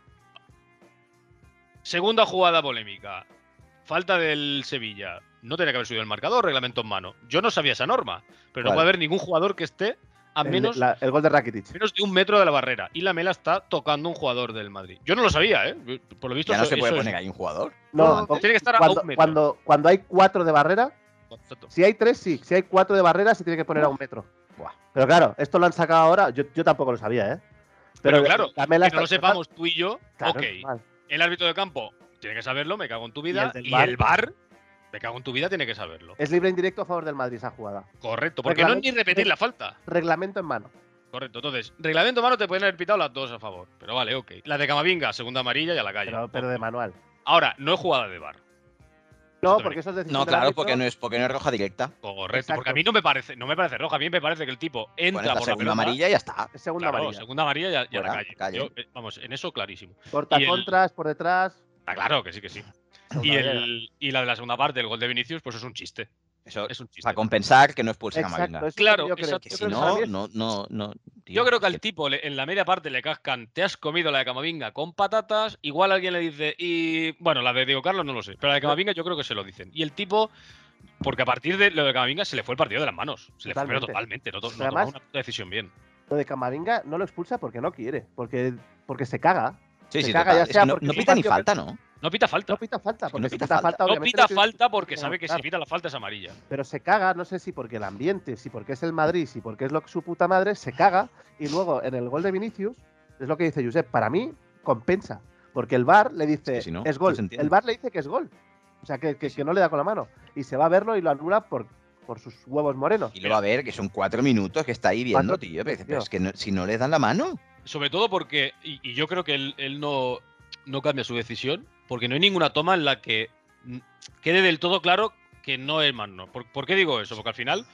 Speaker 4: Segunda jugada polémica. Falta del Sevilla. No tenía que haber subido el marcador, reglamento en mano. Yo no sabía esa norma, pero no
Speaker 1: ¿Cuál?
Speaker 4: puede haber ningún jugador que esté a
Speaker 3: El-
Speaker 4: menos,
Speaker 3: Eh, la- el gol de Rakitic.
Speaker 4: menos de un metro de la barrera. Y la mela está tocando un jugador del Madrid. Yo no lo sabía, ¿eh? Por lo visto,
Speaker 1: ya no
Speaker 4: eso-
Speaker 1: se puede
Speaker 4: eso es-
Speaker 1: poner ahí un jugador.
Speaker 3: No,
Speaker 4: no, tiene que estar a
Speaker 3: cuando,
Speaker 4: un metro.
Speaker 3: cuando, cuando hay cuatro de barrera,
Speaker 4: Exacto.
Speaker 3: si hay tres, sí. Si hay cuatro de barrera, se tiene que poner a un metro.
Speaker 1: Buah.
Speaker 3: Pero claro, esto lo han sacado ahora. Yo, yo tampoco lo sabía, ¿eh?
Speaker 4: Pero claro,
Speaker 3: Camela
Speaker 4: que no lo
Speaker 3: está-
Speaker 4: sepamos tú y yo,
Speaker 3: Claro,
Speaker 4: ok.
Speaker 3: normal.
Speaker 4: El árbitro de campo tiene que saberlo, me cago en tu vida.
Speaker 3: del
Speaker 4: Y
Speaker 3: VAR.
Speaker 4: el bar, me cago en tu vida, tiene que saberlo.
Speaker 3: Es libre indirecto a favor del Madrid esa jugada.
Speaker 4: Correcto, porque no es ni
Speaker 3: Reglamento-
Speaker 4: repetir la falta.
Speaker 3: Reglamento en mano.
Speaker 4: Correcto, entonces, reglamento mano te pueden haber pitado las dos a favor. Pero vale, ok. La de Camavinga, segunda amarilla y a la calle.
Speaker 3: Pero, pero de manual.
Speaker 4: Ahora, no es jugada de bar.
Speaker 3: No,
Speaker 4: Exactamente.
Speaker 3: porque eso es decisión
Speaker 1: No,
Speaker 3: del
Speaker 1: claro,
Speaker 3: árbitro.
Speaker 1: porque no es, porque no es roja directa.
Speaker 4: Correcto,
Speaker 3: Exacto.
Speaker 4: porque a mí no me parece, no me parece roja, a mí me parece que el tipo
Speaker 1: Pones
Speaker 4: entra
Speaker 1: la
Speaker 4: por la
Speaker 1: segunda
Speaker 4: pelota.
Speaker 1: amarilla y ya está.
Speaker 3: Es segunda
Speaker 4: claro,
Speaker 3: amarilla.
Speaker 4: segunda amarilla y a, y a la
Speaker 1: Fuera,
Speaker 4: calle.
Speaker 1: calle.
Speaker 4: Yo, eh, vamos, en eso clarísimo.
Speaker 3: Corta
Speaker 4: y el-
Speaker 3: contras, por detrás.
Speaker 4: Está claro que sí, que sí. Y,
Speaker 3: segunda amarilla.
Speaker 4: el, y la de la segunda parte, el gol de Vinicius, pues es un chiste.
Speaker 1: Eso
Speaker 4: Es un chiste.
Speaker 1: para compensar que no expulsen a
Speaker 3: Exacto, eso
Speaker 1: Mavinga.
Speaker 3: es lo
Speaker 4: Claro,
Speaker 3: que yo creo.
Speaker 4: exacto.
Speaker 1: Que
Speaker 3: Yo
Speaker 1: si
Speaker 3: creo que para
Speaker 1: no,
Speaker 3: mí es-
Speaker 1: no, no, no. tío,
Speaker 4: Yo creo que al tipo le- en la media parte le cascan, te has comido la de Camavinga con patatas, igual alguien le dice, y bueno, la de Diego Carlos no lo sé, pero la de Camavinga yo creo que se lo dicen. Y el tipo, porque a partir de lo de Camavinga se le fue el partido de las manos, se le fue pero
Speaker 3: Totalmente.
Speaker 4: totalmente, Pues no, to- no
Speaker 3: Pero
Speaker 4: tomó
Speaker 3: además-
Speaker 4: una puta decisión bien.
Speaker 3: Lo de Camavinga no lo expulsa porque no quiere. Porque, porque se caga.
Speaker 1: Sí,
Speaker 3: se
Speaker 1: sí,
Speaker 3: caga,
Speaker 1: total.
Speaker 3: ya
Speaker 1: Es que
Speaker 3: sea
Speaker 1: no,
Speaker 3: porque
Speaker 1: no
Speaker 3: es un
Speaker 1: pita ni
Speaker 3: partido
Speaker 1: falta, ¿no?
Speaker 4: No pita falta.
Speaker 3: No pita falta, porque
Speaker 1: no
Speaker 3: si
Speaker 1: pita
Speaker 3: pita
Speaker 1: falta.
Speaker 3: falta,
Speaker 4: No
Speaker 3: obviamente.
Speaker 4: pita
Speaker 3: tienes-
Speaker 4: falta porque
Speaker 3: tienes
Speaker 4: sabe que si
Speaker 3: votar.
Speaker 4: pita la falta es amarilla.
Speaker 3: Pero se caga, no sé si porque el ambiente, si porque es el Madrid, si porque es lo que su puta madre, se caga. Y luego en el gol de Vinicius, es lo que dice Josep, para mí compensa. Porque el VAR le
Speaker 1: Es
Speaker 3: dice,
Speaker 1: que si no,
Speaker 3: es
Speaker 1: no
Speaker 3: gol.
Speaker 1: se entiende.
Speaker 3: el VAR le dice que es gol. O sea, que, que- que no le da con la mano. Y se va a verlo y lo anula por, por sus huevos morenos.
Speaker 1: Y luego a ver, que son cuatro minutos que está ahí viendo,
Speaker 3: Cuatro-
Speaker 1: tío. Pero,
Speaker 3: tío.
Speaker 1: pero es que no- si no le dan la mano.
Speaker 4: Sobre todo porque, y, y yo creo que él, él no, no cambia su decisión, porque no hay ninguna toma en la que mm, quede del todo claro que no es mano. ¿Por, por qué digo eso? Porque al final,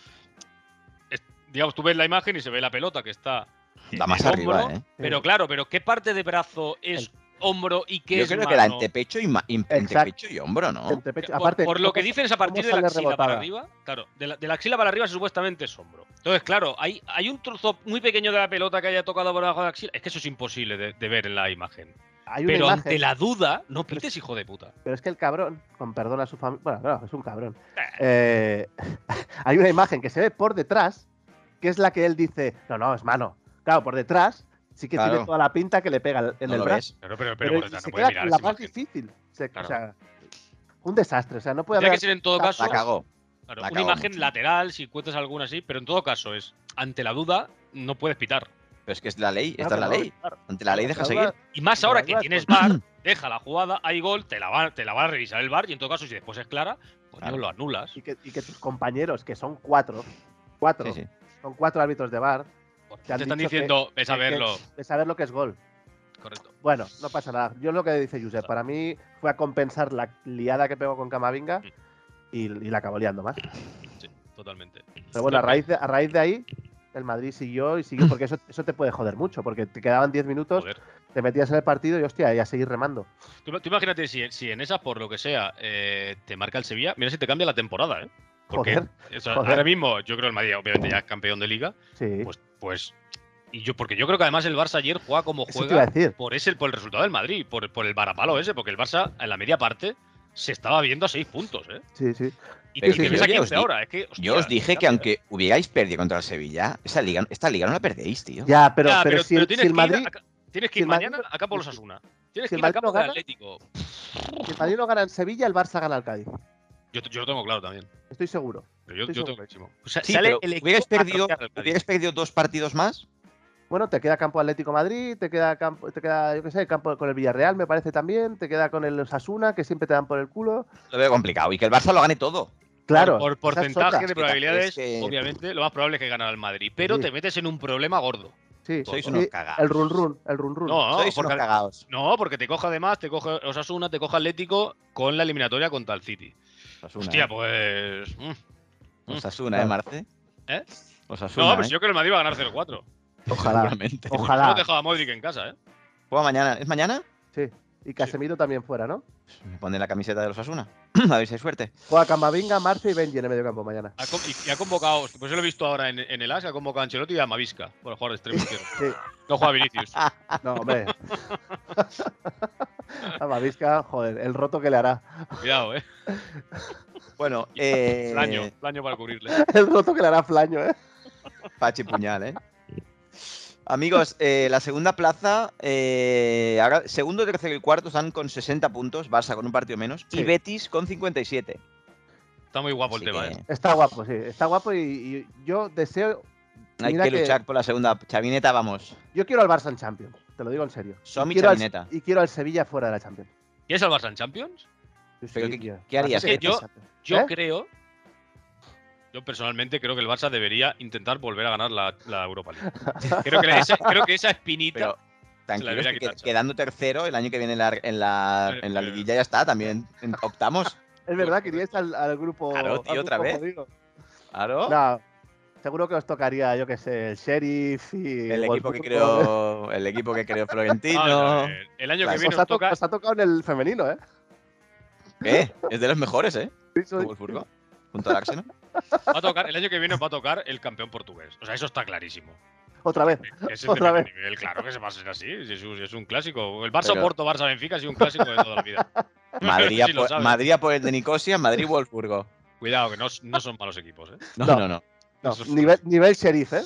Speaker 4: es- digamos, tú ves la imagen y se ve la pelota que está. en
Speaker 1: Da más
Speaker 4: el
Speaker 1: arriba,
Speaker 4: hombro,
Speaker 1: ¿eh?
Speaker 4: Pero claro, pero ¿qué parte de brazo es hombro y qué
Speaker 1: Yo
Speaker 4: es
Speaker 1: creo que era
Speaker 4: mano?
Speaker 1: entre pecho y, ma- y- entre
Speaker 3: Exacto.
Speaker 1: pecho y hombro, ¿no?
Speaker 3: Entre pecho-
Speaker 4: Por-
Speaker 3: Aparte,
Speaker 4: por, lo
Speaker 3: ¿cómo-
Speaker 4: que dicen es a partir
Speaker 3: cómo
Speaker 4: de
Speaker 3: sale
Speaker 4: la axila para
Speaker 3: rebotada?
Speaker 4: arriba. Claro, de la, de la axila para arriba supuestamente es hombro. Entonces, claro, hay, hay un trozo muy pequeño de la pelota que haya tocado por debajo de la axila. Es que eso es imposible de, de ver en la imagen.
Speaker 3: hay una
Speaker 4: Pero
Speaker 3: imagen,
Speaker 4: ante la duda, no pites, hijo de puta.
Speaker 3: pero es que el cabrón, con perdón a su familia, bueno, claro, es un cabrón. Eh, [laughs] hay una imagen que se ve por detrás, que es la que él dice, no, no, es mano. Claro, por detrás sí que
Speaker 1: Claro.
Speaker 3: tiene toda la pinta que le pega el- en
Speaker 1: No
Speaker 3: el
Speaker 1: lo
Speaker 3: brazo.
Speaker 1: ves.
Speaker 4: Pero,
Speaker 3: Pero,
Speaker 4: pero, pero, bueno,
Speaker 3: se
Speaker 4: no
Speaker 3: queda
Speaker 4: puedes mirar
Speaker 3: con la
Speaker 4: esa
Speaker 3: más
Speaker 4: imagen.
Speaker 3: difícil. Se-
Speaker 4: Claro.
Speaker 3: O sea, un desastre. O sea, no puede
Speaker 4: Tendría
Speaker 3: haber.
Speaker 4: que ser en todo
Speaker 3: La
Speaker 4: caso
Speaker 1: La cagó.
Speaker 4: claro,
Speaker 1: la
Speaker 4: una
Speaker 1: cagó
Speaker 4: imagen
Speaker 1: mucho.
Speaker 4: lateral, si encuentras alguna así, pero en todo caso es, ante la duda, no puedes pitar.
Speaker 1: Pero es que es la ley, esta
Speaker 3: Claro,
Speaker 1: es la
Speaker 3: claro,
Speaker 1: ley.
Speaker 3: claro.
Speaker 1: Ante la ley deja
Speaker 3: Claro,
Speaker 1: seguir.
Speaker 4: Y más ahora
Speaker 3: Claro,
Speaker 4: que
Speaker 3: claro,
Speaker 4: tienes
Speaker 1: claro.
Speaker 4: VAR, deja la jugada, hay gol, te la va, te la va a revisar el VAR y en todo caso, si después es clara, pues
Speaker 1: Claro.
Speaker 4: no lo anulas.
Speaker 3: Y que, y que tus compañeros, que son cuatro, cuatro,
Speaker 1: Sí, sí.
Speaker 3: son cuatro árbitros de bar,
Speaker 4: Porque
Speaker 3: te
Speaker 4: Te,
Speaker 3: han
Speaker 4: están
Speaker 3: dicho que-
Speaker 4: diciendo, ves a
Speaker 3: que- que-
Speaker 4: verlo.
Speaker 3: de saber lo que es gol.
Speaker 4: Correcto.
Speaker 3: Bueno, no pasa nada. Yo lo que dice Josep, para mí fue a compensar la liada que pegó con
Speaker 4: Mm.
Speaker 3: Camavinga y, y la acabó liando más.
Speaker 4: Sí, totalmente.
Speaker 3: Pero bueno, a raíz de, a raíz de ahí, el Madrid siguió y siguió, porque eso, eso te puede joder mucho, porque te quedaban 10 minutos,
Speaker 4: Joder.
Speaker 3: te metías en el partido y hostia, y a seguir remando.
Speaker 4: Tú, tú imagínate si, si en esa, por lo que sea, eh, te marca el Sevilla, mira si te cambia la temporada, ¿eh? Porque
Speaker 3: Joder,
Speaker 4: o sea,
Speaker 3: joder.
Speaker 4: ahora mismo yo creo el Madrid obviamente ya es campeón de liga,
Speaker 3: sí.
Speaker 4: pues pues y yo porque yo creo que además el Barça ayer juega como
Speaker 3: eso te iba a
Speaker 4: juega
Speaker 3: decir.
Speaker 4: por ese por el resultado del Madrid, por, por el varapalo ese, porque el Barça en la media parte se estaba viendo a seis puntos, ¿eh?
Speaker 3: Sí, sí.
Speaker 4: Y
Speaker 1: Pero
Speaker 4: te-
Speaker 1: yo
Speaker 4: y te ves a
Speaker 1: ya os
Speaker 4: 15
Speaker 1: di-
Speaker 4: ahora, es que
Speaker 1: Yo
Speaker 4: hostia,
Speaker 1: os dije que
Speaker 4: ya,
Speaker 1: aunque hubierais perdido contra el Sevilla, esa liga, esta liga no la perdéis, tío.
Speaker 3: Ya, pero,
Speaker 4: Ya,
Speaker 3: pero, si, el- si
Speaker 4: tienes
Speaker 3: el
Speaker 4: que ir
Speaker 3: Madrid,
Speaker 4: acá- tienes que
Speaker 3: si
Speaker 4: ir
Speaker 3: el Madrid
Speaker 4: mañana
Speaker 3: no-
Speaker 4: acá por los Asuna. Tienes
Speaker 3: si
Speaker 4: que
Speaker 3: el
Speaker 4: ir a
Speaker 3: Madrid no
Speaker 4: campo del
Speaker 3: gana-
Speaker 4: Atlético.
Speaker 3: si el Madrid no gana en Sevilla, el Barça gana al Cádiz.
Speaker 4: Yo, yo lo tengo claro también.
Speaker 3: Estoy seguro.
Speaker 4: Pero yo,
Speaker 3: Estoy
Speaker 4: yo
Speaker 3: seguro.
Speaker 4: tengo clarísimo. O sea,
Speaker 1: Sí,
Speaker 4: sale
Speaker 1: pero
Speaker 4: el equipo
Speaker 1: hubierais
Speaker 4: a
Speaker 1: perdido,
Speaker 4: trocear al Cádiz.
Speaker 1: hubierais perdido dos partidos más.
Speaker 3: Bueno, te queda campo Atlético Madrid, te queda campo, te queda, yo qué sé, campo con el Villarreal, me parece también, te queda con el Osasuna, que siempre te dan por el culo.
Speaker 1: Lo veo complicado. Y que el Barça lo gane todo.
Speaker 3: Claro.
Speaker 4: Por, por
Speaker 3: esa es
Speaker 4: porcentaje
Speaker 3: otra.
Speaker 4: de probabilidades,
Speaker 1: Es que-
Speaker 4: obviamente, lo más probable es que ganara el Madrid. Pero
Speaker 3: Sí.
Speaker 4: te metes en un problema gordo.
Speaker 3: Sí,
Speaker 1: Sois
Speaker 3: sí,
Speaker 1: unos cagados.
Speaker 3: El run run, el run
Speaker 1: Mm,
Speaker 3: run.
Speaker 4: No, no,
Speaker 1: Sois unos
Speaker 4: porque,
Speaker 1: cagados.
Speaker 4: no, porque te coge además, te coge Osasuna, te coge Atlético con la eliminatoria contra el City.
Speaker 1: Osasuna,
Speaker 4: Hostia,
Speaker 1: eh.
Speaker 4: pues. mm.
Speaker 1: Osasuna, ¿eh, Marce?
Speaker 4: ¿Eh?
Speaker 1: Osasuna,
Speaker 4: No, pues
Speaker 1: ¿eh? [laughs]
Speaker 4: yo creo que el Madrid va a ganar 0-4.
Speaker 3: Ojalá.
Speaker 1: Seguramente.
Speaker 4: No
Speaker 3: Ojalá.
Speaker 4: dejaba a Modric en casa, ¿eh?
Speaker 1: Juega mañana. ¿Es mañana?
Speaker 3: Sí. Y Casemiro también fuera, ¿no?
Speaker 1: Me ponen la camiseta de los Asuna. [clears throat] A ver si hay suerte.
Speaker 3: Juega Camavinga, Marce y Benji en el mediocampo mañana.
Speaker 4: Ha co- y, y ha convocado, pues yo lo he visto ahora en, en el AS, ha convocado a Ancelotti y a Mavisca, por el jugador
Speaker 3: [laughs]
Speaker 4: de extremo izquierdo.
Speaker 3: Sí.
Speaker 4: No
Speaker 3: [laughs]
Speaker 4: juega Vinicius.
Speaker 3: No, hombre. A Mavisca, joder, el roto que le hará. [laughs]
Speaker 4: Cuidado, ¿eh? [laughs]
Speaker 1: Bueno,
Speaker 4: Y-
Speaker 1: eh.
Speaker 4: [laughs] Flaño, Flaño para cubrirle.
Speaker 3: El roto que le hará a Flaño, ¿eh?
Speaker 1: Pachi puñal, ¿eh? Amigos, eh, la segunda plaza, eh, ahora segundo, tercero y cuarto están con 60 puntos, Barça con un partido menos,
Speaker 3: Sí.
Speaker 1: y Betis con 57.
Speaker 4: Está muy guapo
Speaker 1: Así
Speaker 4: el tema,
Speaker 1: que
Speaker 4: ¿eh?
Speaker 3: Está guapo, sí. Está guapo y, y yo deseo.
Speaker 1: Hay
Speaker 3: mira
Speaker 1: que luchar por la segunda. Chavineta, vamos.
Speaker 3: Yo quiero al Barça en Champions, te lo digo en serio.
Speaker 1: Som y
Speaker 3: quiero al-
Speaker 1: Chavineta.
Speaker 3: y quiero al Sevilla fuera de la Champions.
Speaker 4: ¿Quieres al Barça en Champions?
Speaker 3: Sí,
Speaker 1: Pero
Speaker 3: sí,
Speaker 1: ¿qué-
Speaker 3: tío.
Speaker 1: qué harías?
Speaker 3: Así que
Speaker 4: Yo-
Speaker 3: Champions.
Speaker 4: Yo
Speaker 3: ¿Eh?
Speaker 4: creo. Yo personalmente creo que el Barça debería intentar volver a ganar la, la
Speaker 3: [laughs]
Speaker 4: Europa League. Creo que, esa, creo que esa espinita.
Speaker 1: Pero
Speaker 4: debería
Speaker 1: tranquilos, que
Speaker 4: quitar, Xavi.
Speaker 1: quedando tercero el año que viene en la, en la, en la
Speaker 4: Eh, eh.
Speaker 1: liguilla ya está, también en-
Speaker 4: [laughs]
Speaker 1: optamos.
Speaker 3: Es verdad que iríais al, al grupo.
Speaker 1: Claro, tío,
Speaker 3: al
Speaker 1: otra
Speaker 3: grupo
Speaker 1: vez.
Speaker 3: jodido.
Speaker 1: Claro.
Speaker 3: No, seguro que os tocaría, yo qué sé, el Sheriff y.
Speaker 1: el equipo que
Speaker 3: Wolfsburgo.
Speaker 1: creó el equipo que creó
Speaker 4: [laughs] Vamos a
Speaker 1: Florentino.
Speaker 4: ver, el año
Speaker 1: Claro,
Speaker 4: que viene
Speaker 3: Os ha,
Speaker 4: nos
Speaker 3: to-
Speaker 4: toca.
Speaker 3: os ha tocado en el femenino, ¿eh?
Speaker 1: ¿Qué? Es de los mejores, ¿eh?
Speaker 3: Sí, soy-
Speaker 1: Wolfsburgo, junto al
Speaker 4: [laughs]
Speaker 1: Arsenal.
Speaker 4: va a tocar- el año que viene nos va a tocar el campeón portugués. O sea, eso está clarísimo.
Speaker 3: Otra vez.
Speaker 4: Ese es
Speaker 3: Otra
Speaker 4: de
Speaker 3: vez.
Speaker 4: nivel, claro que se va a ser así. si Es un, es un clásico. El Barça
Speaker 1: Pero-
Speaker 4: Porto, Barça Benfica ha sido un clásico de toda la vida.
Speaker 1: Madrid, a
Speaker 4: Sí lo
Speaker 1: por,
Speaker 4: sabes.
Speaker 1: Madrid a por el de Nicosia, Madrid Wolfsburgo.
Speaker 4: Cuidado, que no, no son malos equipos. ¿eh?
Speaker 1: No,
Speaker 3: No.
Speaker 1: no, no.
Speaker 3: No,
Speaker 4: Eso es-
Speaker 3: nivel, nivel Sheriff, ¿eh?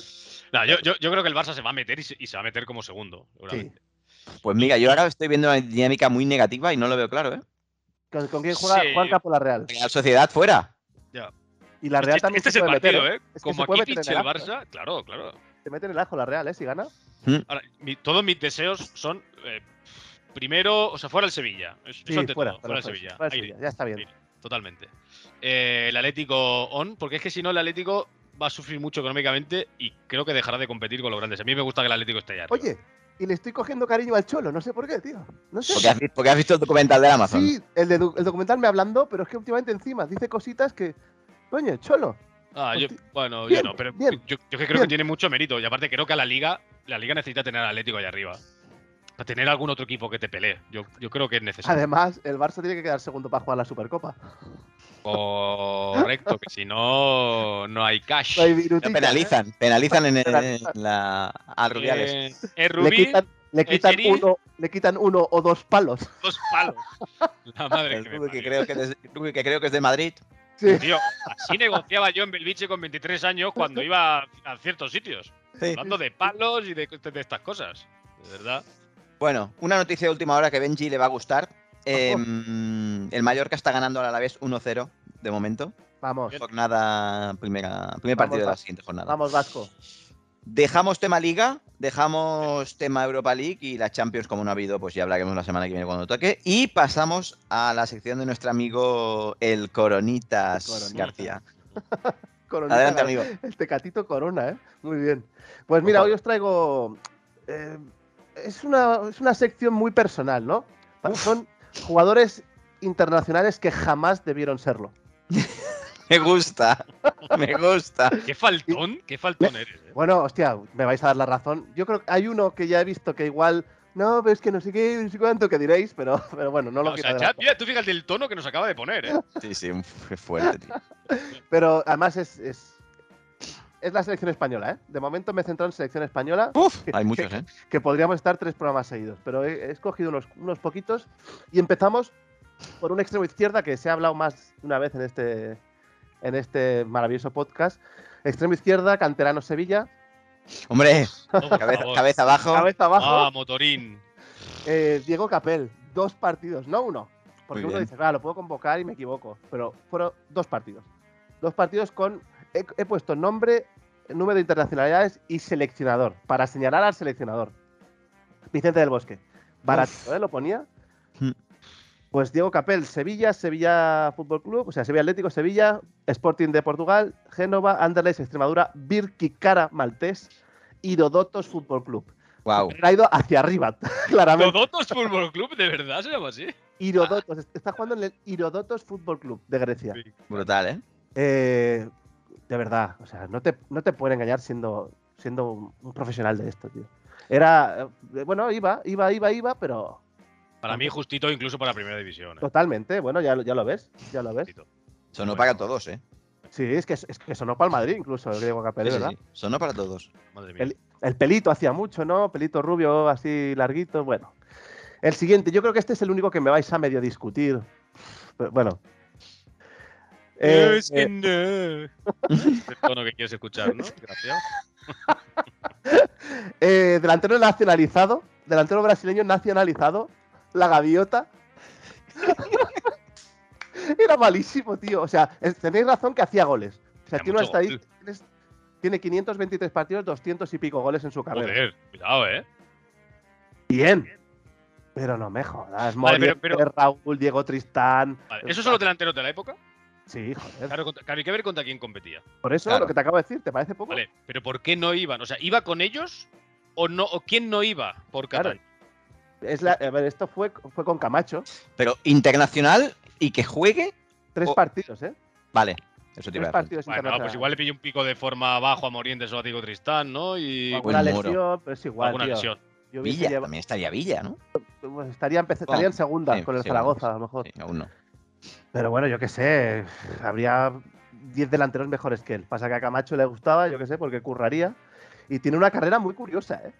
Speaker 4: No, yo, yo- yo creo que el Barça se va a meter y se, y se va a meter como segundo.
Speaker 3: Sí.
Speaker 4: seguramente.
Speaker 1: Pues mira, yo ahora estoy viendo una dinámica muy negativa y no lo veo claro, ¿eh?
Speaker 3: ¿Con, con quién juega
Speaker 4: Sí.
Speaker 3: Juanca por la Real?
Speaker 1: Real Sociedad fuera.
Speaker 3: Y la Real
Speaker 4: Este-
Speaker 3: también.
Speaker 4: este es
Speaker 3: se
Speaker 4: el
Speaker 3: puede
Speaker 4: partido,
Speaker 3: meter,
Speaker 4: ¿eh?
Speaker 3: Es que se
Speaker 4: como
Speaker 3: puede
Speaker 4: aquí
Speaker 3: meter en
Speaker 4: pinche
Speaker 3: el
Speaker 4: el
Speaker 3: ajo,
Speaker 4: Barça, claro, claro.
Speaker 3: Te meten el ajo la Real, ¿eh? Si gana.
Speaker 4: Ahora, mi- todos mis deseos son. eh, primero, o sea, fuera el Sevilla. Eso
Speaker 3: Sí,
Speaker 4: ante
Speaker 3: fuera,
Speaker 4: todo, fuera el
Speaker 3: fuera,
Speaker 4: Sevilla.
Speaker 3: fuera el
Speaker 4: Ahí,
Speaker 3: Sevilla, Ya está bien.
Speaker 4: Aire. totalmente. Eh, el Atlético on, porque es que si no, el Atlético va a sufrir mucho económicamente y creo que dejará de competir con los grandes. A mí me gusta que el Atlético esté allá. arriba.
Speaker 3: Oye, y le estoy cogiendo cariño al Cholo, no sé por qué, tío. No sé.
Speaker 1: Porque has, vi- porque has visto el documental de Amazon.
Speaker 3: Sí, el, de doc- el documental me hablando, pero es que últimamente encima dice cositas que. Coño, Cholo.
Speaker 4: Ah, yo-
Speaker 3: Hosti-
Speaker 4: bueno,
Speaker 3: Bien,
Speaker 4: yo no, pero
Speaker 3: bien,
Speaker 4: yo, yo que creo
Speaker 3: bien.
Speaker 4: que tiene mucho mérito. Y aparte creo que a la liga, la liga necesita tener al Atlético allá arriba. Para tener algún otro equipo que te pelee. Yo, yo creo que es necesario.
Speaker 3: Además, el Barça tiene que quedar segundo para jugar la Supercopa.
Speaker 4: Correcto, que si no, no hay cash.
Speaker 3: No hay
Speaker 1: Ya
Speaker 3: virutilla, ¿eh?
Speaker 1: penalizan, penalizan en, en
Speaker 3: Penalizan.
Speaker 1: la, al Rubiales.
Speaker 4: Eh, eh,
Speaker 3: Le
Speaker 4: Rubí,
Speaker 3: quitan, Le quitan,
Speaker 4: Echerín.
Speaker 3: uno, le quitan uno o dos palos.
Speaker 4: Dos
Speaker 1: [laughs]
Speaker 4: palos. La madre
Speaker 1: El
Speaker 4: que me
Speaker 1: rugby que,
Speaker 4: parió.
Speaker 1: creo que, es de, rugby que creo que es de Madrid.
Speaker 3: Sí.
Speaker 4: Tío, así negociaba yo en Belviche con 23 años cuando iba a, a ciertos sitios.
Speaker 1: Sí.
Speaker 4: Hablando de palos y de, de estas cosas. De verdad.
Speaker 1: Bueno, una noticia de última hora que Benji le va a gustar. Eh, el Mallorca está ganando al Alavés 1-0 de momento.
Speaker 3: Vamos,
Speaker 1: Jornada primera, primer
Speaker 3: Vamos,
Speaker 1: partido de la
Speaker 3: Vasco.
Speaker 1: siguiente jornada.
Speaker 3: vamos, Vasco.
Speaker 1: Dejamos tema Liga, dejamos tema Europa League y la Champions, como no ha habido, pues ya hablaremos la semana que viene cuando toque. Y pasamos a la sección de nuestro amigo el Coronitas
Speaker 3: El Coronita.
Speaker 1: García.
Speaker 3: Coronita
Speaker 1: Adelante,
Speaker 3: Gar-
Speaker 1: amigo.
Speaker 3: El tecatito corona, ¿eh? Muy bien. Pues mira,
Speaker 1: favor.
Speaker 3: hoy os traigo. eh, es, una, es una sección muy personal, ¿no? Pa- Son jugadores internacionales que jamás debieron serlo.
Speaker 1: Me gusta, [laughs] me gusta.
Speaker 4: Qué faltón, qué faltón eres. eh.
Speaker 3: Bueno, hostia, me vais a dar la razón. Yo creo que hay uno que ya he visto que igual. No, pero es que no sé qué, no sé cuánto que diréis, pero, pero bueno, no lo
Speaker 4: o
Speaker 3: quiero
Speaker 4: sea, ya,
Speaker 3: adelantar.
Speaker 4: mira, tú fíjate el tono que nos acaba
Speaker 3: [laughs]
Speaker 4: de poner. eh.
Speaker 1: Sí, sí, fue fuerte, tío.
Speaker 3: Pero además es, es. Es la selección española, ¿eh? De momento me he centrado en selección española.
Speaker 1: Puf, hay muchos, ¿eh?
Speaker 3: que podríamos estar tres programas seguidos, pero he, he escogido unos, unos poquitos y empezamos por un extremo izquierda que se ha hablado más de una vez en este, en este maravilloso podcast. Extremo izquierda, canterano Sevilla,
Speaker 1: Hombre,
Speaker 4: No, por
Speaker 1: cabeza,
Speaker 4: favor.
Speaker 1: cabeza abajo.
Speaker 3: cabeza
Speaker 4: Ah,
Speaker 3: abajo,
Speaker 4: motorín.
Speaker 3: eh, Diego Capel, dos partidos, no uno, porque
Speaker 1: Muy
Speaker 3: uno
Speaker 1: bien.
Speaker 3: dice, claro, lo puedo convocar y me equivoco, pero fueron dos partidos. Dos partidos con, he, he puesto nombre, número de internacionalidades y seleccionador, para señalar al seleccionador. Vicente del Bosque. Baratito, ¿eh? Lo ponía.
Speaker 1: Hmm.
Speaker 3: Pues Diego Capel, Sevilla, Sevilla Fútbol Club, o sea, Sevilla Atlético, Sevilla, Sporting de Portugal, Génova, Anderlecht, Extremadura, Birkikara, Maltés y Dodotos Fútbol Club.
Speaker 1: Wow.
Speaker 3: Ha ido hacia arriba, [laughs] claramente.
Speaker 4: Todotos Fútbol Club, de verdad se llama así.
Speaker 3: Hirodotos, está jugando en el Hirodotos Fútbol Club de Grecia.
Speaker 4: Ah. Sí.
Speaker 1: Brutal, ¿eh?
Speaker 3: Eh, de verdad, o sea, no te, no te pueden engañar siendo, siendo un, un profesional de esto, tío. Era, eh, bueno, iba, iba, iba, iba, pero
Speaker 4: Para mí, justito incluso para primera división. eh.
Speaker 3: totalmente, bueno, ya, lo- ya lo ves, ya lo ves.
Speaker 4: Justito.
Speaker 1: Sonó
Speaker 4: Bueno.
Speaker 1: para todos, ¿eh?
Speaker 3: Sí, es que, es que sonó para el Madrid incluso, el Diego Capel,
Speaker 1: Sí, sí,
Speaker 3: ¿verdad?
Speaker 1: sí. Sonó para todos.
Speaker 4: Madre mía.
Speaker 3: El pelito hacía mucho, ¿no? Pelito rubio, así larguito, bueno. El siguiente, yo creo que este es el único que me vais a medio discutir. Pero, bueno. Eh,
Speaker 4: Es que no. Es el Este tono que quieres
Speaker 3: [laughs]
Speaker 4: escuchar, ¿no? Gracias.
Speaker 3: Eh, delantero nacionalizado, delantero brasileño nacionalizado, la gaviota. [laughs] Era malísimo, tío. O sea, es- tenéis razón que hacía goles. O sea,
Speaker 4: Hacía
Speaker 3: tiene, una
Speaker 4: mucho gol.
Speaker 3: estadística- tienes- tiene 523 partidos, 200 y pico goles en su carrera.
Speaker 4: Joder, cuidado, eh.
Speaker 3: Bien. Pero no me jodas.
Speaker 4: Vale,
Speaker 3: Moriente,
Speaker 4: pero- pero-
Speaker 3: Raúl, Diego Tristán.
Speaker 4: Vale, ¿Esos son los delanteros de la época?
Speaker 3: Sí, joder.
Speaker 4: Claro, contra- claro, hay que ver contra quién competía.
Speaker 3: Por eso
Speaker 1: claro.
Speaker 3: lo que te acabo de decir, ¿te parece poco?
Speaker 4: Vale, pero ¿por qué no iban? O sea, ¿iba con ellos o no? ¿O quién no iba por
Speaker 3: Claro.
Speaker 4: Catán?
Speaker 3: Es la- a ver, esto fue, fue con Camacho.
Speaker 1: Pero internacional y que juegue,
Speaker 3: Tres
Speaker 1: Oh.
Speaker 3: partidos, ¿eh?
Speaker 1: vale. Eso te
Speaker 3: Tres
Speaker 1: iba a decir.
Speaker 3: partidos
Speaker 4: Bueno,
Speaker 3: internacionales.
Speaker 4: pues igual le pilló un pico de forma abajo a Morientes o a Diego Tristán, ¿no? Y
Speaker 1: Bueno,
Speaker 3: Alguna
Speaker 1: Buen muro.
Speaker 3: lesión, pero es igual.
Speaker 4: alguna
Speaker 3: tío.
Speaker 4: lesión.
Speaker 3: Yo hubiese
Speaker 1: Villa,
Speaker 3: lleva-
Speaker 1: también estaría Villa, ¿no?
Speaker 3: pues estaría, empe- estaría en segunda
Speaker 1: sí,
Speaker 3: con el
Speaker 1: sí,
Speaker 3: Zaragoza,
Speaker 1: vamos.
Speaker 3: a lo mejor.
Speaker 1: Sí, aún no.
Speaker 3: Pero bueno, yo qué sé. Habría 10 delanteros mejores que él. Pasa que a Camacho le gustaba, yo qué sé, porque curraría. Y tiene una carrera muy curiosa, ¿eh?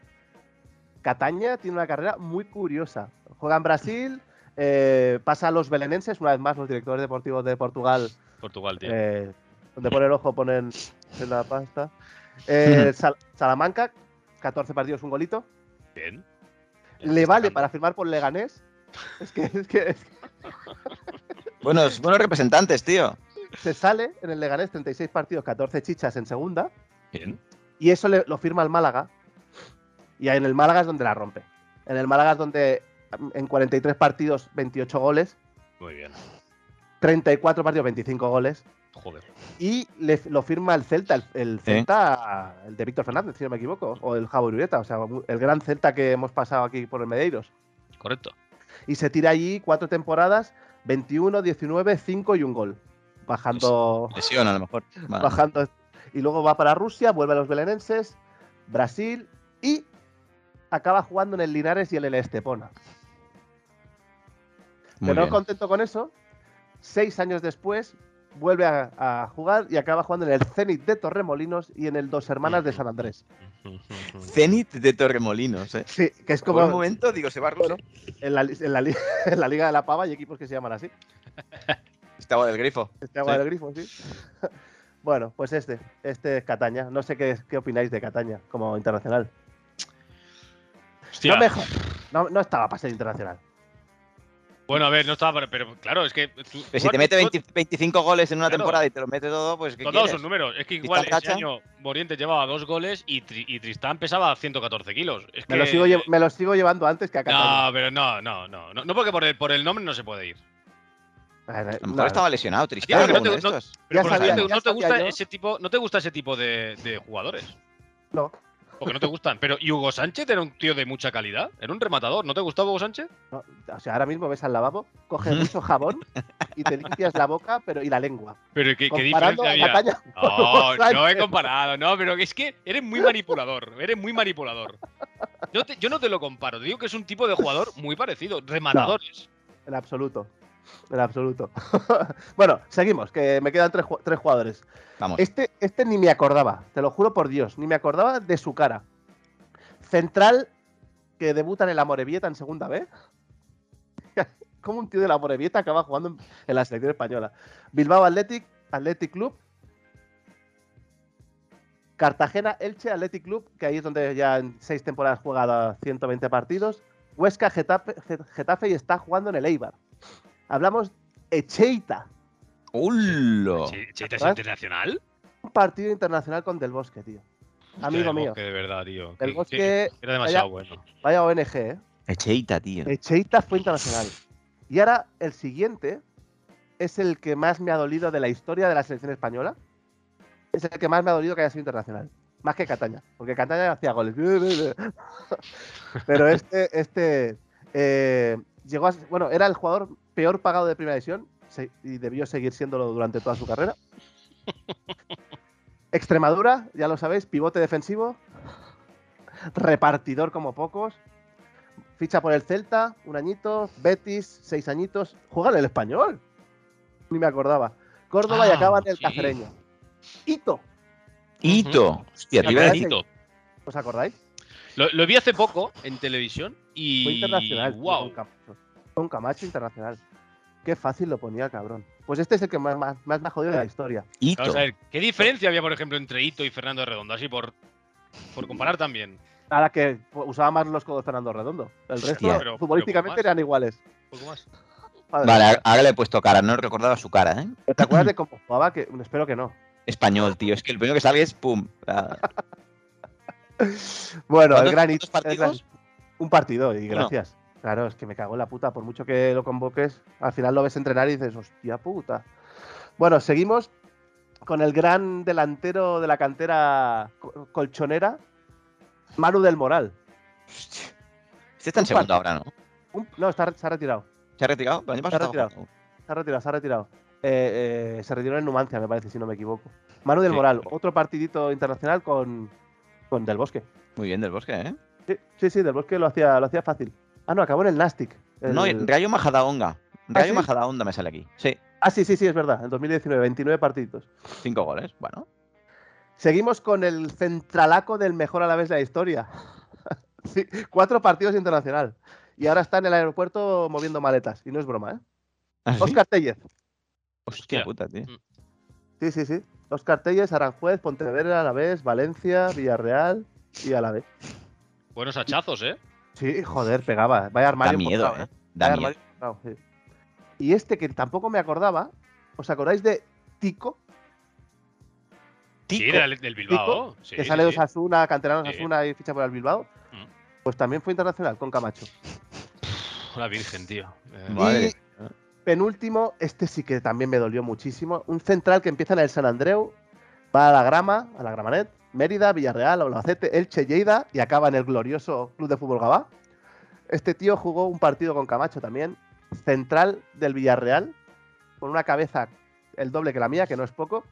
Speaker 3: Cataña tiene una carrera muy curiosa. Juega en Brasil, eh, pasa a los belenenses, una vez más, los directores deportivos de Portugal,
Speaker 4: Portugal, tío.
Speaker 3: eh, donde ponen el ojo, ponen en la pasta. Eh, Sal- Salamanca, 14 partidos, un golito.
Speaker 4: Bien. Este
Speaker 3: Le vale para firmar por Leganés. Es que, es que, es que
Speaker 1: Buenos, buenos representantes, tío.
Speaker 3: se sale en el Leganés 36 partidos, 14 chichas en segunda.
Speaker 4: Bien.
Speaker 3: Y eso le- lo firma el Málaga. Y ahí en el Málaga es donde la rompe. En el Málaga es donde mm, en 43 partidos, 28 goles.
Speaker 4: Muy bien.
Speaker 3: 34 partidos, 25 goles.
Speaker 4: Joder.
Speaker 3: Y le- lo firma el Celta, el, el Celta, el de Víctor Fernández, si no me equivoco, o el Javo Ureta, o sea, mu- el gran Celta que hemos pasado aquí por el Medeiros.
Speaker 4: Correcto.
Speaker 3: Y se tira allí cuatro temporadas, 21, 19, 5 y un gol. Bajando
Speaker 1: Lesión, a lo mejor. Vale.
Speaker 3: bajando. Y luego va para Rusia, vuelve a los belenenses, Brasil y acaba jugando en el Linares y en el Estepona.
Speaker 1: Muy
Speaker 3: Pero no
Speaker 1: bien.
Speaker 3: contento con eso, seis años después vuelve a, a jugar y acaba jugando en el Zenit de Torremolinos y en el Dos Hermanas de San Andrés.
Speaker 1: Zenit de Torremolinos, ¿eh?
Speaker 3: Sí, que es
Speaker 1: Por un
Speaker 3: como
Speaker 1: momento digo, se va a Rusia.
Speaker 3: Bueno. en la, li- en la li- [laughs] en la Liga de la Pava hay equipos que se llaman así.
Speaker 1: Este agua del grifo.
Speaker 3: Este agua
Speaker 4: Sí.
Speaker 3: del grifo, sí. [laughs] Bueno, pues este, este es Cataña. No sé qué, qué opináis de Cataña como internacional.
Speaker 4: Hostia.
Speaker 3: No, me jo- no, no estaba para ser internacional.
Speaker 4: Bueno, a ver, no estaba, pero, pero claro, es que. tú-
Speaker 1: Que
Speaker 4: tú
Speaker 1: Pues si
Speaker 4: has
Speaker 1: te mete
Speaker 4: dicho-
Speaker 1: 20 25 goles en una
Speaker 4: Claro.
Speaker 1: temporada y te lo mete todo, pues ¿qué
Speaker 4: Todos dados
Speaker 1: quieres?
Speaker 4: sus números. Es que
Speaker 1: ¿Tristán
Speaker 4: igual ese
Speaker 1: Cacha?
Speaker 4: año Morientes llevaba dos goles y, Tri- y Tristán pesaba 114 kilos. Es
Speaker 3: Me,
Speaker 4: que-
Speaker 3: lo sigo, lle- me lo sigo llevando antes que a Cataña.
Speaker 4: No, pero no, no, no. No, no porque por el, por el nombre no se puede ir.
Speaker 3: Bueno,
Speaker 1: A lo
Speaker 3: no,
Speaker 1: mejor estaba lesionado, Tristán.
Speaker 4: Tío, que no
Speaker 1: alguno
Speaker 4: te-
Speaker 1: de
Speaker 4: no-
Speaker 1: estos.
Speaker 4: Pero
Speaker 3: Ya
Speaker 4: por lo
Speaker 1: sabía,
Speaker 4: tanto,
Speaker 3: ya
Speaker 4: no te
Speaker 3: sabía
Speaker 4: gusta
Speaker 3: yo.
Speaker 4: ese tipo, no te gusta ese tipo de, de jugadores.
Speaker 3: no,
Speaker 4: Porque no te gustan. Pero ¿y Hugo Sánchez era un tío de mucha calidad. Era un rematador. ¿No te gustaba Hugo Sánchez?
Speaker 3: no. O sea, ahora mismo ves al lavabo, coges mucho jabón y te limpias la boca pero y la lengua.
Speaker 4: Pero ¿qué, qué
Speaker 3: Comparando
Speaker 4: diferencia
Speaker 3: a
Speaker 4: había?
Speaker 3: Cataña.
Speaker 4: No,
Speaker 3: Sánchez.
Speaker 4: no he comparado, no, pero es que eres muy manipulador, eres muy manipulador. Yo, te- yo no te lo comparo, te digo que es un tipo de jugador muy parecido, rematadores.
Speaker 3: En absoluto. En absoluto. [laughs] bueno, seguimos, que me quedan tres, ju- tres jugadores.
Speaker 1: Vamos.
Speaker 3: Este, este ni me acordaba, te lo juro por Dios, ni me acordaba de su cara. Central que debuta en el Amorebieta en segunda B. [laughs] Como un tío de la Amorebieta acaba jugando en, en la selección española. Bilbao Athletic, Athletic Club. Cartagena, Elche, Athletic Club, que ahí es donde ya en seis temporadas juega 120 partidos. Huesca, Getafe, Getafe y está jugando en el Eibar. Hablamos Echeita.
Speaker 1: ¡Hullo!
Speaker 4: Che- Cheita este es
Speaker 3: ¿Verdad?
Speaker 4: internacional?
Speaker 3: Un partido internacional con Del Bosque, tío.
Speaker 4: Hostia,
Speaker 3: Amigo
Speaker 4: el
Speaker 3: mío.
Speaker 4: Bosque, de verdad, tío.
Speaker 3: Del
Speaker 4: Que-
Speaker 3: Bosque,
Speaker 4: que- Era demasiado bueno.
Speaker 3: Vaya ONG, ¿eh?
Speaker 1: Echeita, tío.
Speaker 3: Echeita fue internacional. Y ahora el siguiente es el que más me ha dolido de la historia de la selección española. Es el que más me ha dolido que haya sido internacional. Más que Cataña, porque Cataña hacía goles. [laughs] Pero este, este eh, llegó a, bueno, era el jugador peor pagado de primera división se- y debió seguir siéndolo durante toda su
Speaker 4: [laughs]
Speaker 3: carrera. Extremadura, ya lo sabéis, pivote defensivo, repartidor como pocos, ficha por el Celta, un añito, Betis, seis añitos, juega en el español. Ni me acordaba. Córdoba y
Speaker 4: Ah,
Speaker 3: acaba en el
Speaker 4: sí.
Speaker 3: Cacereño. Hito,
Speaker 1: Hito. Hostia, te iba a decir.
Speaker 4: Carterito.
Speaker 3: ¿os acordáis?
Speaker 4: Lo, lo vi hace poco en televisión y.
Speaker 3: Fue internacional. tío,
Speaker 4: ¡Wow!
Speaker 3: Con Camacho. Con Camacho internacional. Qué fácil lo ponía, cabrón. Pues este es el que más, más, más me ha jodido de la historia.
Speaker 1: Hito.
Speaker 4: Vamos a ver, ¿qué diferencia había, por ejemplo, entre Ito y Fernando Redondo? Así por, por comparar también.
Speaker 3: Ahora que usaba más los codos Fernando Redondo. El resto,
Speaker 1: Hostia.
Speaker 4: Pero-
Speaker 3: futbolísticamente,
Speaker 4: pero
Speaker 3: eran iguales.
Speaker 4: Un poco más.
Speaker 3: Madre mía.
Speaker 1: Vale, ahora le he puesto cara, no recordaba su cara, ¿eh? [clears throat]
Speaker 3: ¿Te acuerdas de cómo jugaba? Que, espero que no.
Speaker 1: Español, tío. Es que el primero que sale es pum. La-
Speaker 3: Bueno,
Speaker 1: ¿Cuántos-
Speaker 3: el gran hito.
Speaker 1: cuántos partidos?
Speaker 3: Un partido, y
Speaker 1: Uno.
Speaker 3: gracias. Claro, es que me cago en la puta. Por mucho que lo convoques, al final lo ves entrenar y dices, hostia puta. Bueno, seguimos con el gran delantero de la cantera co- colchonera, Manu del Moral.
Speaker 1: Este está en
Speaker 3: Un
Speaker 1: segundo ahora, ¿no?
Speaker 3: Un- no, está, se ha retirado.
Speaker 1: ¿Se ha retirado? ¿El año
Speaker 3: Se ha
Speaker 1: pasado?
Speaker 3: retirado. Se ha retirado, se ha retirado. Eh, eh, se retiró en Numancia, me parece, si no me equivoco. Manu del
Speaker 4: Sí.
Speaker 3: Moral, otro partidito internacional con, con Del Bosque.
Speaker 1: Muy bien, del bosque, ¿eh?
Speaker 3: Sí, sí, sí, Del Bosque lo hacía, lo hacía fácil. Ah, no, acabó en el Nastic. El-
Speaker 1: No, y Rayo Majadahonga.
Speaker 3: ¿Ah,
Speaker 1: Rayo
Speaker 3: sí?
Speaker 1: Majadahonga me sale aquí. Sí,
Speaker 3: Ah, sí, sí, sí, es verdad. En 2019, 29 partiditos.
Speaker 1: cinco goles. Bueno, [laughs]
Speaker 3: Seguimos con el centralaco del mejor a la vez de la historia. [laughs] Sí, cuatro partidos internacional. Y ahora está en el aeropuerto moviendo maletas. Y no es broma, ¿eh?
Speaker 1: ¿Ah, sí?
Speaker 3: Oscar Tellez.
Speaker 1: Hostia puta, tío.
Speaker 3: Sí, sí, sí. Oscar Tellez, Aranjuez, Pontevedra, Alavés, Valencia, Villarreal y Alavés.
Speaker 4: Buenos hachazos, ¿eh?
Speaker 3: Sí, joder, pegaba. Vaya
Speaker 1: Da
Speaker 3: armario.
Speaker 1: miedo,
Speaker 3: encontrado,
Speaker 1: ¿eh?
Speaker 3: Vaya
Speaker 1: Da miedo.
Speaker 3: armario encontrado, sí. Y este que tampoco me acordaba, ¿os acordáis de Tico?
Speaker 4: Sí,
Speaker 1: Tico.
Speaker 4: del, del Bilbao. Sí,
Speaker 3: que
Speaker 4: sí,
Speaker 3: sale de
Speaker 4: sí.
Speaker 3: Osasuna, canterano de
Speaker 4: Sí.
Speaker 3: Osasuna y ficha por el Bilbao.
Speaker 4: Mm.
Speaker 3: Pues también fue internacional con Camacho.
Speaker 4: La virgen, tío. Eh,
Speaker 1: Madre.
Speaker 3: Penúltimo, este sí que también me dolió muchísimo. Un central que empieza en el San Andreu, va a la Grama, a la Gramanet, Mérida, Villarreal, Albacete, Elche, Lleida y acaba en el glorioso Club de Fútbol Gabá. Este tío jugó un partido con Camacho también, central del Villarreal, con una cabeza el doble que la mía, que no es poco.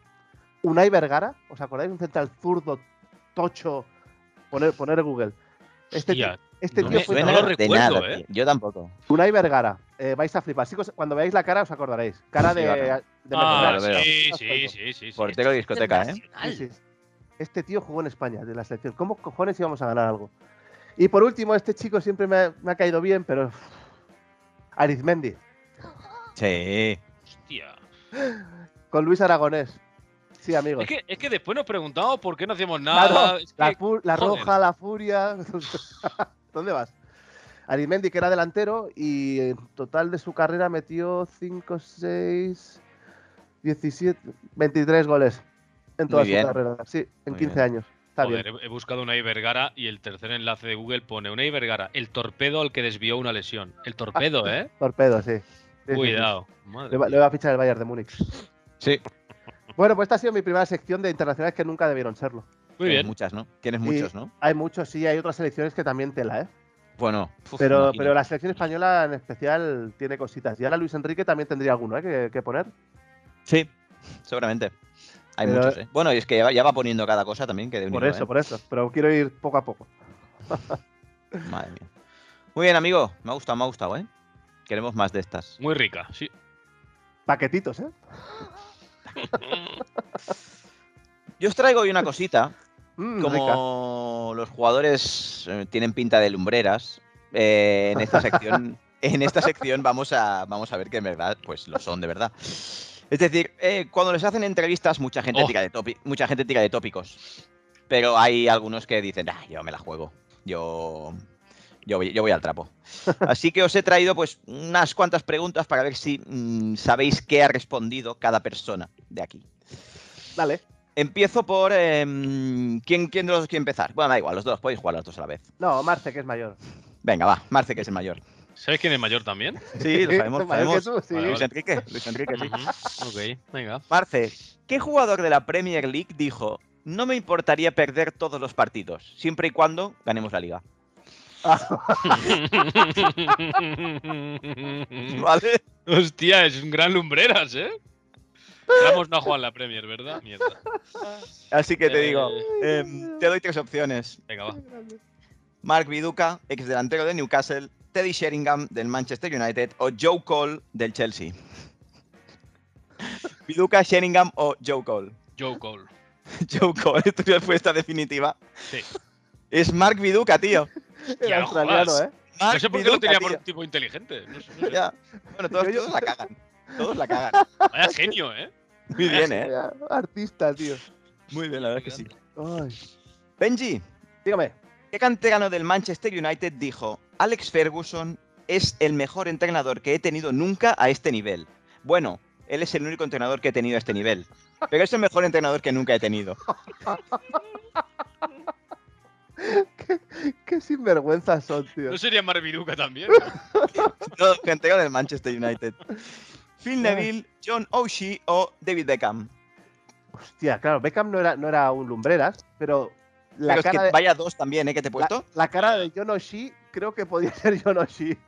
Speaker 3: Unai Vergara, ¿os acordáis? Un central zurdo, tocho, poner, poner en Google. Este tío,
Speaker 4: Hostia,
Speaker 3: este
Speaker 4: no
Speaker 3: tío
Speaker 4: me
Speaker 3: fue
Speaker 4: suena
Speaker 3: también-
Speaker 4: lo recuerdo, ¿eh?
Speaker 1: tío. Yo tampoco.
Speaker 3: Unai Vergara. Eh, vais a flipar. Chicos, cuando veáis la cara os acordaréis. Cara
Speaker 1: Sí,
Speaker 3: de,
Speaker 1: claro.
Speaker 3: de
Speaker 4: Ah,
Speaker 1: Lo
Speaker 3: Mercedes.
Speaker 1: veo.
Speaker 4: sí,
Speaker 3: Lo
Speaker 4: sí,
Speaker 3: veo.
Speaker 4: sí, sí, Este sí.
Speaker 1: Portero de discoteca, ¿eh?
Speaker 3: Sí, sí. Este tío jugó en España, de la selección. ¿Cómo cojones íbamos a ganar algo? Y por último, este chico siempre me ha, me ha caído bien, pero... uff, Arizmendi,
Speaker 1: Sí.
Speaker 4: Hostia.
Speaker 3: con Luis Aragonés. Sí, amigos.
Speaker 4: Es que, es que después nos preguntamos por qué no hacíamos nada.
Speaker 3: Claro,
Speaker 4: es que-
Speaker 3: Ah, la, fu- la
Speaker 4: joder.
Speaker 3: roja, la furia. [laughs] ¿Dónde vas? Arizmendi, que era delantero, y en total de su carrera metió 5, 6, 17, 23 goles en toda
Speaker 1: Muy
Speaker 3: su
Speaker 1: bien.
Speaker 3: carrera. Sí, en
Speaker 1: Muy
Speaker 3: 15
Speaker 1: bien.
Speaker 3: años. Está
Speaker 4: Joder,
Speaker 3: bien.
Speaker 4: he, he buscado una Vergara y el tercer enlace de Google pone una Vergara, el torpedo al que desvió una lesión. El torpedo,
Speaker 3: [laughs]
Speaker 4: ¿eh?
Speaker 3: Torpedo, Ah, sí. Sí, sí, sí.
Speaker 4: Cuidado.
Speaker 3: Le
Speaker 4: Madre
Speaker 3: va, le
Speaker 4: mía.
Speaker 3: va a fichar el Bayern de Múnich.
Speaker 1: Sí.
Speaker 3: Bueno, pues esta ha sido mi primera sección de internacionales que nunca debieron serlo.
Speaker 4: Muy
Speaker 1: Tienes
Speaker 4: bien.
Speaker 1: Muchas, ¿no? Tienes
Speaker 3: Y-
Speaker 1: muchos, ¿no?
Speaker 3: Hay muchos, sí, hay otras selecciones que también tela, ¿eh?
Speaker 1: Bueno. uf,
Speaker 3: Pero,
Speaker 1: imagino.
Speaker 3: pero la selección española en especial tiene cositas. Y ahora Luis Enrique también tendría alguno, ¿eh? Que, que poner.
Speaker 1: Sí, seguramente. Hay
Speaker 3: Pero-
Speaker 1: muchos, ¿eh? Bueno, y es que ya va, ya va poniendo cada cosa también que de un
Speaker 3: Por
Speaker 1: hilo,
Speaker 3: eso,
Speaker 1: ¿eh?
Speaker 3: por eso. Pero quiero ir poco a poco.
Speaker 1: Madre mía. Muy bien, amigo. Me ha gustado, me ha gustado, ¿eh? Queremos más de estas.
Speaker 4: Muy rica, sí.
Speaker 3: Paquetitos, ¿eh?
Speaker 1: Yo os traigo hoy una cosita.
Speaker 3: Mm, rica.
Speaker 1: Como los jugadores eh, tienen pinta de lumbreras, eh, en esta sección, en esta sección vamos, a, vamos a ver que en verdad pues lo son de verdad. Es decir, eh, cuando les hacen entrevistas, mucha gente,
Speaker 4: Oh.
Speaker 1: tira de topi- mucha gente tira de tópicos. Pero hay algunos que dicen, ah, yo me la juego. Yo, yo, voy, yo voy al trapo. Así que os he traído pues unas cuantas preguntas para ver si mm, sabéis qué ha respondido cada persona de aquí.
Speaker 3: Dale.
Speaker 1: Empiezo por. em, ¿quién, ¿Quién de los dos quiere empezar? Bueno, da igual, los dos, podéis jugar los dos a la vez.
Speaker 3: No, Marce, que es mayor.
Speaker 1: Venga, va, Marce, que es el mayor.
Speaker 4: ¿Sabes quién es mayor también?
Speaker 1: Sí, lo
Speaker 3: [laughs]
Speaker 1: sabemos,
Speaker 3: Es mayor ¿Eh? que tú, sí.
Speaker 4: Vale,
Speaker 1: Luis
Speaker 4: vale.
Speaker 1: Enrique, Luis Enrique, sí.
Speaker 4: Ujú, Ok, venga.
Speaker 1: Marce, ¿qué jugador de la Premier League dijo: No me importaría perder todos los partidos, siempre y cuando ganemos la liga?
Speaker 3: Mm.
Speaker 1: ¿Vale?
Speaker 4: [laughs] Hostia, es un gran lumbreras, ¿eh? Ramos no ha jugado en la Premier, ¿verdad? Mierda.
Speaker 1: Así que te
Speaker 4: Eh,
Speaker 1: digo, em, te doy tres opciones:
Speaker 4: Venga, va.
Speaker 3: [laughs]
Speaker 1: Mark Viduca, ex delantero de Newcastle, Teddy Sheringham del Manchester United o Joe Cole del Chelsea. [laughs] Viduca, Sheringham o Joe Cole.
Speaker 4: Joe Cole.
Speaker 1: [laughs] Joe Cole, tu respuesta definitiva.
Speaker 4: Sí.
Speaker 1: Es Mark Viduca, tío.
Speaker 3: El
Speaker 4: Ya,
Speaker 3: australiano,
Speaker 4: jodas.
Speaker 3: ¿eh?
Speaker 1: Mark
Speaker 4: No sé por qué lo
Speaker 1: Viduca,
Speaker 4: tenía por
Speaker 1: tío.
Speaker 4: un tipo inteligente. No sé,
Speaker 1: [laughs]
Speaker 4: no sé.
Speaker 1: Ya. Bueno, todos,
Speaker 3: Yo- yo-
Speaker 1: todos la cagan. Todos la
Speaker 3: [laughs]
Speaker 1: cagan.
Speaker 4: Vaya genio, ¿eh?
Speaker 1: Muy bien, ¿eh?
Speaker 3: Mira, Artista, tío.
Speaker 1: Muy bien, la verdad es que sí.
Speaker 3: Ay.
Speaker 1: Benji,
Speaker 3: Dígame.
Speaker 1: ¿qué canterano del Manchester United dijo? Alex Ferguson es el mejor entrenador que he tenido nunca a este nivel. Bueno, él es el único entrenador que he tenido a este nivel. Pero es el mejor entrenador que nunca he
Speaker 3: [laughs]
Speaker 1: tenido.
Speaker 3: Qué sinvergüenzas son, tío.
Speaker 4: ¿No sería Marviduca también?
Speaker 1: Todo el canterano del Manchester United. Phil Neville, John O'Shea o David Beckham.
Speaker 3: Hostia, claro, Beckham no era, no era un lumbreras, pero la
Speaker 1: Pero es
Speaker 3: cara
Speaker 1: que
Speaker 3: de,
Speaker 1: vaya dos también, ¿eh? Que te he puesto.
Speaker 3: la, la cara de John Oshii creo que podía [laughs] ser John Oshii.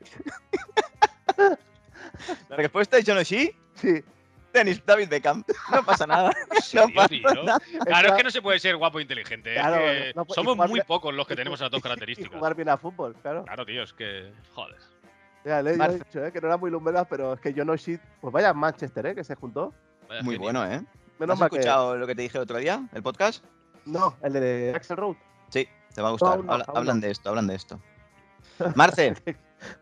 Speaker 1: La respuesta es John O'Shea,
Speaker 3: Sí.
Speaker 1: Dennis David Beckham. [laughs] No pasa nada.
Speaker 4: serio,
Speaker 1: no pasa
Speaker 4: tío?
Speaker 1: nada.
Speaker 4: Claro, es
Speaker 3: Está-
Speaker 4: que no se puede ser guapo e inteligente. es
Speaker 3: Claro,
Speaker 4: que
Speaker 3: no puede- y
Speaker 4: somos
Speaker 3: jugar
Speaker 4: muy
Speaker 3: bien-
Speaker 4: pocos los que
Speaker 3: [laughs] y
Speaker 1: [laughs]
Speaker 4: tenemos esas dos
Speaker 3: Y
Speaker 4: características.
Speaker 3: jugar bien a fútbol, claro.
Speaker 4: Claro, tío, es que. Joder.
Speaker 3: Ya le he
Speaker 1: Marce.
Speaker 3: dicho, eh, que no era muy lumbreras, pero es que John Oshii, pues vaya Manchester, eh, que se juntó.
Speaker 4: vaya
Speaker 1: Muy
Speaker 4: genio.
Speaker 1: bueno, ¿eh?
Speaker 3: Menos
Speaker 1: ¿Has
Speaker 3: mal que...
Speaker 1: escuchado lo que te dije el otro día? ¿El podcast?
Speaker 3: No, el de Axel Road.
Speaker 1: Sí, te va a gustar.
Speaker 3: aún no,
Speaker 1: Habla-
Speaker 3: aún
Speaker 1: hablan
Speaker 3: no.
Speaker 1: de esto, hablan de esto. Marce,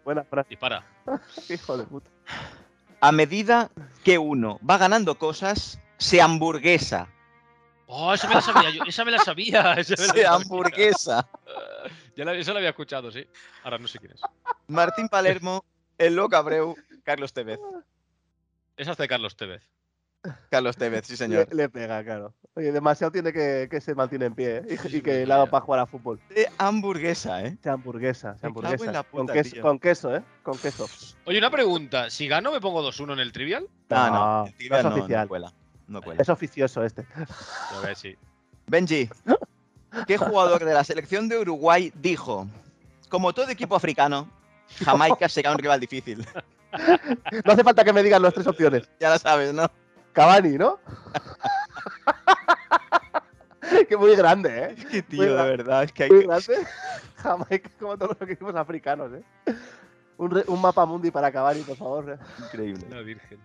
Speaker 3: Buena
Speaker 1: eh.
Speaker 3: frase, [laughs]
Speaker 4: Dispara.
Speaker 3: hijo de puta.
Speaker 1: a medida que uno va ganando cosas, se hamburguesa.
Speaker 4: Oh, esa me la sabía yo. Esa me la sabía. [laughs] Esa
Speaker 1: Se
Speaker 4: me la sabía.
Speaker 1: hamburguesa.
Speaker 4: Eh, Ya la, esa la había escuchado, sí. Ahora no sé quién es.
Speaker 1: Martín Palermo, el loco Abreu, Carlos Tevez.
Speaker 4: Esa es de Carlos Tevez.
Speaker 1: Carlos Tevez, sí, señor.
Speaker 3: Le, le pega, claro. Oye, demasiado tiene que, que se mantiene en pie, eh, y-
Speaker 4: Sí,
Speaker 3: y,
Speaker 4: sí,
Speaker 3: que
Speaker 4: me
Speaker 3: le haga
Speaker 4: pega.
Speaker 3: para jugar a fútbol.
Speaker 1: De hamburguesa, ¿eh?
Speaker 3: Sea hamburguesa, sea
Speaker 1: Me cago en
Speaker 3: hamburguesa.
Speaker 1: la
Speaker 3: con,
Speaker 1: puta,
Speaker 3: queso,
Speaker 1: tío.
Speaker 3: con queso, eh, con queso.
Speaker 4: Oye, una pregunta. Si gano, ¿me pongo 2-1 en el trivial?
Speaker 1: Ah, no.
Speaker 3: No,
Speaker 1: el tibia
Speaker 3: no
Speaker 1: no,
Speaker 3: es
Speaker 1: no
Speaker 3: oficial.
Speaker 1: cuela. No cuela.
Speaker 3: Es oficioso este.
Speaker 4: A
Speaker 3: [laughs]
Speaker 4: ver, sí.
Speaker 1: Benji, ¿qué jugador de la selección de Uruguay dijo? Como todo equipo africano, Jamaica será un rival difícil. [laughs]
Speaker 3: No hace falta que me digan las tres opciones.
Speaker 1: Ya la sabes, ¿no?
Speaker 3: Cavani, ¿no? [laughs] que muy grande, ¿eh?
Speaker 1: Es que,
Speaker 3: Muy eh.
Speaker 1: tío, de
Speaker 3: gra-
Speaker 1: verdad, es que hay
Speaker 3: Muy
Speaker 1: que...
Speaker 3: grande. [laughs] Jamaica como todos los equipos africanos, ¿eh? Un, re- un mapa mundi para Cavani, por favor. ¿eh?
Speaker 1: Increíble.
Speaker 4: La Virgen.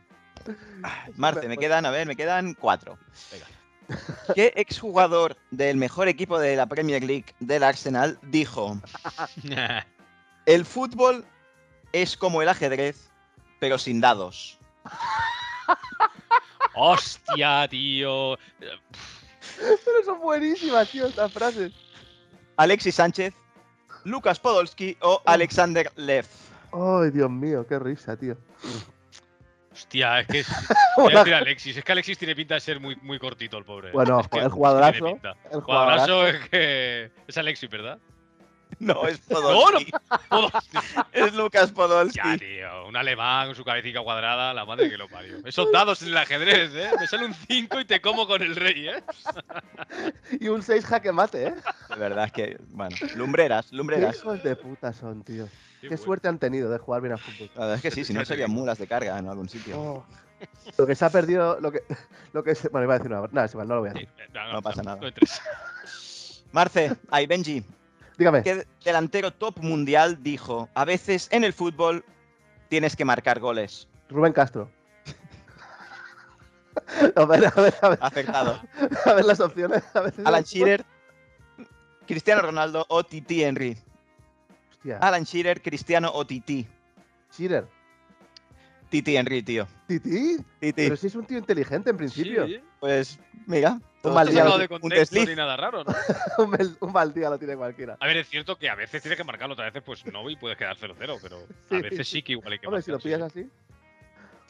Speaker 1: Marce, me quedan, a ver, me quedan cuatro.
Speaker 4: Venga.
Speaker 1: ¿Qué exjugador del mejor equipo de la Premier League del Arsenal dijo: El fútbol es como el ajedrez, pero sin dados?
Speaker 4: [laughs] Hostia, tío.
Speaker 3: Pero son buenísimas, tío, estas frases.
Speaker 1: Alexis Sánchez, Lucas Podolski o Alexander Lev.
Speaker 3: Ay, Dios mío, qué risa, tío.
Speaker 4: Eh, Hostia, es
Speaker 3: [laughs]
Speaker 4: que es, voy a decir Alexis. Es que Alexis tiene pinta de ser muy, muy cortito, el pobre.
Speaker 3: Bueno,
Speaker 4: Es que
Speaker 3: el jugadorazo,
Speaker 4: tiene pinta.
Speaker 3: El jugadorazo.
Speaker 4: Jugadorazo es que. Es
Speaker 3: [laughs]
Speaker 4: Alexis, ¿verdad?
Speaker 1: [laughs] No, es
Speaker 4: No, no.
Speaker 1: Podolski.
Speaker 4: Todo-
Speaker 1: Es Lucas Podolski.
Speaker 4: Ya, tío. Un alemán con su cabecita cuadrada, la madre que lo parió. Esos dados en el ajedrez, ¿eh? Me sale un 5 y te como con el rey, ¿eh?
Speaker 3: Y un 6 jaque mate, ¿eh?
Speaker 1: De verdad es que, bueno, lumbreras,
Speaker 3: Qué
Speaker 1: lumbreras.
Speaker 3: hijos de puta son, tío.
Speaker 4: Qué
Speaker 3: Qué
Speaker 4: bueno.
Speaker 3: suerte han tenido de jugar bien a fútbol.
Speaker 1: La verdad es que sí, si no serían mulas de carga en algún sitio.
Speaker 3: Oh. Lo que se ha perdido, lo que, lo que se, bueno, iba a decir una nada, es igual, no lo voy a
Speaker 4: Sí,
Speaker 3: decir.
Speaker 1: No pasa nada.
Speaker 4: no entres.
Speaker 1: Marce, ay Benji,
Speaker 3: Dígame,
Speaker 1: ¿qué delantero top mundial dijo? A veces en el fútbol tienes que marcar goles.
Speaker 3: Rubén Castro. [laughs] a ver, a ver, a ver,
Speaker 1: [laughs] Acertado.
Speaker 3: a ver las opciones. A ver,
Speaker 1: Alan Shearer, Cristiano Ronaldo o Titi Henry.
Speaker 3: Hostia,
Speaker 1: Alan Shearer, Cristiano o Titi.
Speaker 3: Shearer.
Speaker 1: Titi Henry, tío.
Speaker 3: Titi,
Speaker 1: Titi.
Speaker 3: pero si es un tío inteligente en principio.
Speaker 4: Sí, ¿eh?
Speaker 1: Pues, mira, un
Speaker 3: Todo
Speaker 1: mal
Speaker 4: No
Speaker 3: se
Speaker 1: día,
Speaker 4: sacado
Speaker 3: lo
Speaker 4: de
Speaker 1: un un
Speaker 4: contexto
Speaker 1: desliz.
Speaker 4: ni nada raro, ¿no?
Speaker 3: [laughs] un, mal, un mal día lo tiene cualquiera.
Speaker 4: A ver, es cierto que a veces tienes que marcarlo, otras veces pues no y puedes quedar 0-0, pero a
Speaker 3: Sí.
Speaker 4: veces sí que igual hay que
Speaker 3: Hombre, si lo
Speaker 4: marcar, sí,
Speaker 3: pillas
Speaker 4: sí.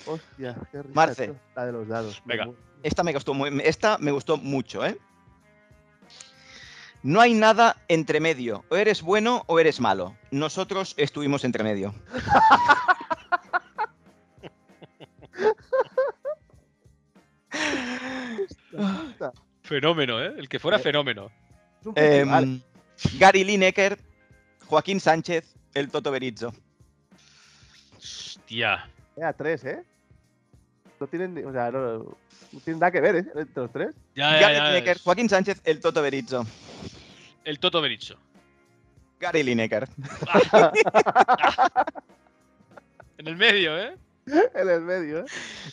Speaker 3: así. Hostia, qué risa.
Speaker 1: Marce.
Speaker 3: tío, La de los dados. me
Speaker 4: Venga.
Speaker 3: mu-
Speaker 1: Esta me gustó muy, esta me gustó mucho, ¿eh? No hay nada entre medio. O eres bueno o eres malo. Nosotros estuvimos entre medio.
Speaker 3: La puta.
Speaker 4: Fenómeno, ¿eh? El que fuera fenómeno.
Speaker 3: Es un
Speaker 1: Em,
Speaker 3: festival.
Speaker 1: Gary Lineker, Joaquín Sánchez, el Toto Berizzo.
Speaker 4: Hostia.
Speaker 3: Eh, a tres, ¿eh? No tienen, ni- o sea, no, no tienen nada que ver, ¿eh? Entre los tres. [laughs]
Speaker 4: Ya, ya,
Speaker 1: Gary
Speaker 4: ya,
Speaker 1: Lineker,
Speaker 4: es
Speaker 1: Joaquín Sánchez, el Toto Berizzo.
Speaker 4: El Toto Bericho.
Speaker 1: Gary Lineker.
Speaker 4: En el medio, ¿eh?
Speaker 3: En el medio, ¿eh?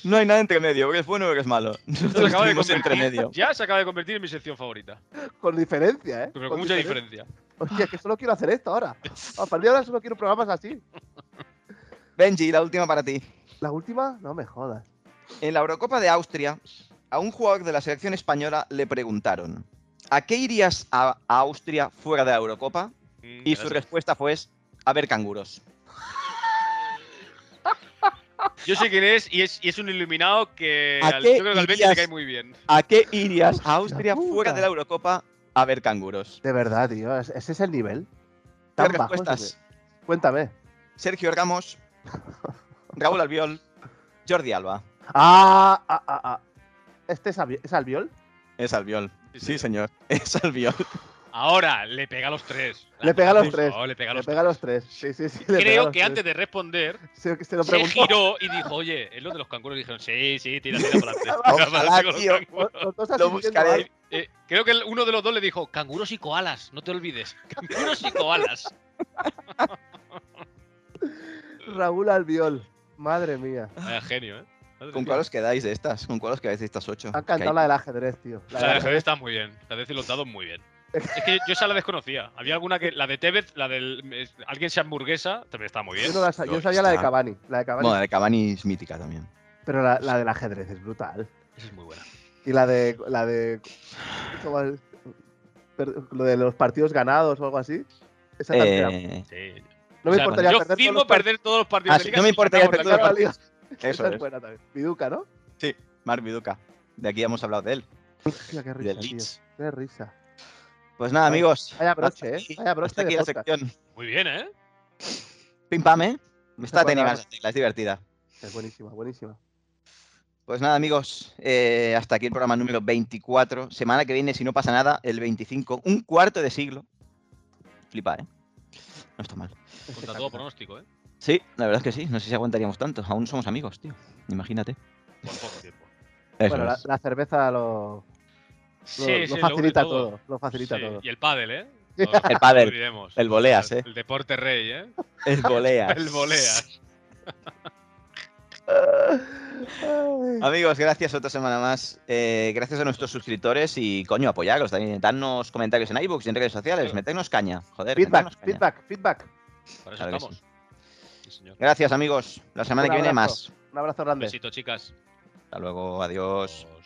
Speaker 1: No hay nada entre medio. O eres bueno o eres malo.
Speaker 4: Esto [laughs] se
Speaker 1: Nosotros
Speaker 4: acaba de
Speaker 1: estuvimos entre medio.
Speaker 4: convertir- Ya se acaba de convertir en mi sección favorita.
Speaker 3: Con diferencia, ¿eh?
Speaker 4: Pero con mucha diferencia.
Speaker 3: Hostia, que solo quiero hacer esto
Speaker 4: [laughs]
Speaker 3: ahora. A partir de ahora solo quiero programas así.
Speaker 1: Benji, la última para ti.
Speaker 3: La última, no me jodas.
Speaker 1: En la Eurocopa de Austria, a un jugador de la selección española le preguntaron, ¿a qué irías a a Austria fuera de la Eurocopa?
Speaker 4: Mm,
Speaker 1: Y su
Speaker 4: gracias.
Speaker 1: respuesta fue, a ver canguros.
Speaker 4: Yo sé quién es y, es y es un iluminado que
Speaker 1: ¿A
Speaker 4: al,
Speaker 1: qué
Speaker 4: yo creo que al Benji
Speaker 1: irías?
Speaker 4: le cae muy bien.
Speaker 1: ¿A qué irías a Austria
Speaker 3: puta!
Speaker 1: fuera de la Eurocopa a ver canguros?
Speaker 3: De verdad, tío. ¿es- Ese es el nivel.
Speaker 1: Las
Speaker 3: Tan bajo ese
Speaker 1: respuestas,
Speaker 3: nivel. Cuéntame.
Speaker 1: Sergio
Speaker 3: [laughs]
Speaker 1: Ramos, Raúl Albiol, Jordi Alba.
Speaker 3: Ah, ah, ah, ah. ¿Este es, albi- es albiol?
Speaker 1: Es Albiol.
Speaker 4: Sí,
Speaker 1: Sí,
Speaker 4: señor.
Speaker 1: señor. [laughs] Es Albiol.
Speaker 4: Ahora le pega a los tres.
Speaker 3: Le pega a los
Speaker 4: Por
Speaker 3: tres.
Speaker 4: favor, le pega a
Speaker 3: Le
Speaker 4: los
Speaker 3: pega a los tres. Sí, sí, sí. [laughs] le pega a
Speaker 4: Creo
Speaker 3: los
Speaker 4: que
Speaker 3: tres.
Speaker 4: antes de responder,
Speaker 3: Se, se lo
Speaker 4: se
Speaker 3: preguntó.
Speaker 4: giró y dijo, oye, es lo de los canguros. Y dijeron, sí, sí, tira, tira
Speaker 3: [laughs]
Speaker 4: para adelante.
Speaker 1: Ojalá,
Speaker 4: Tira para adelante con los
Speaker 1: tío.
Speaker 4: canguros".
Speaker 3: Los- los
Speaker 4: [laughs]
Speaker 3: dos así
Speaker 1: Lo
Speaker 3: diciendo
Speaker 1: buscaré.
Speaker 3: algo.
Speaker 4: Eh, creo que el- uno de los dos le dijo, canguros y koalas, no te olvides. [laughs] Canguros y koalas.
Speaker 3: Raúl Albiol. Madre mía.
Speaker 4: Vaya genio, ¿eh? Madre
Speaker 1: ¿Con
Speaker 4: mía.
Speaker 1: cuál os quedáis de estas? ¿Con cuál os quedáis de estas ocho?
Speaker 3: Me ha encantado la del ajedrez, tío. La
Speaker 4: La
Speaker 3: del
Speaker 4: de
Speaker 3: ajedrez.
Speaker 4: ajedrez está muy bien. La de Cien los dados
Speaker 3: [laughs]
Speaker 4: muy bien. Es que yo esa la desconocía. Había alguna que. La de Tevez, la del. es- Alguien sea hamburguesa, también está muy bien.
Speaker 3: Yo, no la sa- yo
Speaker 1: Lo
Speaker 3: sabía la de
Speaker 1: está.
Speaker 3: Cavani. La de Cavani.
Speaker 1: Bueno, la de Cavani es mítica también.
Speaker 3: Pero la, la del ajedrez es brutal.
Speaker 4: Esa es muy buena.
Speaker 3: Y la de. La de ¿cómo es? Per- lo de los partidos ganados o algo así. Esa también era-
Speaker 1: Eh,
Speaker 4: Sí.
Speaker 3: No
Speaker 4: O
Speaker 3: me
Speaker 4: sea,
Speaker 3: importaría
Speaker 4: yo
Speaker 3: perder. todos
Speaker 4: firmo
Speaker 3: los par-
Speaker 4: perder todos los partidos
Speaker 1: Ah,
Speaker 4: de
Speaker 1: sí,
Speaker 4: liga
Speaker 1: no me
Speaker 4: si
Speaker 1: importaría
Speaker 4: ganamos la
Speaker 1: perder
Speaker 3: Claro,
Speaker 1: los
Speaker 4: Copa.
Speaker 3: la liga.
Speaker 1: eso
Speaker 3: [laughs] Esa es
Speaker 1: es.
Speaker 3: buena también. Piduca, ¿no?
Speaker 1: Marc Viduca. De aquí hemos hablado de él.
Speaker 3: Hostia, qué
Speaker 1: y del
Speaker 3: risa, tío.
Speaker 1: Leeds.
Speaker 3: Qué risa.
Speaker 1: Pues nada, amigos.
Speaker 3: Vaya
Speaker 1: hasta
Speaker 3: broche, ¿eh?
Speaker 1: aquí-
Speaker 3: Vaya broche
Speaker 1: Hasta aquí
Speaker 3: de
Speaker 1: la
Speaker 3: podcast.
Speaker 1: sección.
Speaker 4: Muy bien, ¿eh?
Speaker 1: Pim pam, ¿eh? Está
Speaker 3: Esta
Speaker 1: técnica,
Speaker 3: palabra.
Speaker 1: esta tecla, es divertida.
Speaker 3: Es buenísima, buenísima.
Speaker 1: Pues nada, amigos. eh, hasta aquí el programa número 24. Semana que viene, si no pasa nada, el 25. Un cuarto de siglo. Flipa, ¿eh? No está mal.
Speaker 4: Contra Pues todo pronóstico, ¿eh?
Speaker 1: Sí, la verdad es que sí. No sé si aguantaríamos tanto. Aún somos amigos, tío. Imagínate.
Speaker 4: Por poco tiempo.
Speaker 1: Eso
Speaker 3: Bueno, la,
Speaker 1: es.
Speaker 3: la cerveza lo, lo- lo
Speaker 4: Sí, sí,
Speaker 3: facilita
Speaker 4: une
Speaker 3: todo. Lo facilita
Speaker 4: Sí,
Speaker 3: todo.
Speaker 4: Y el pádel, ¿eh? No,
Speaker 1: El pádel,
Speaker 4: no olvidemos.
Speaker 1: el voleas, ¿eh?
Speaker 4: El deporte rey, ¿eh?
Speaker 1: El
Speaker 3: [laughs]
Speaker 1: volea.
Speaker 4: El voleas.
Speaker 3: Ay.
Speaker 1: Amigos, gracias otra semana más. Eh, gracias a nuestros suscriptores y, coño, apoyaros también. Danos comentarios en iBooks y en redes sociales.
Speaker 4: Claro.
Speaker 1: Meternos caña. Joder,
Speaker 3: Feedback,
Speaker 1: metednos caña.
Speaker 3: feedback, feedback.
Speaker 4: Para eso
Speaker 1: Claro que
Speaker 4: estamos. Sí, señor.
Speaker 1: Gracias, amigos. La semana
Speaker 3: Un
Speaker 1: que viene más.
Speaker 3: abrazo. Un abrazo
Speaker 4: Un
Speaker 3: grande.
Speaker 4: besito, chicas.
Speaker 1: Hasta luego. Adiós.
Speaker 4: Os-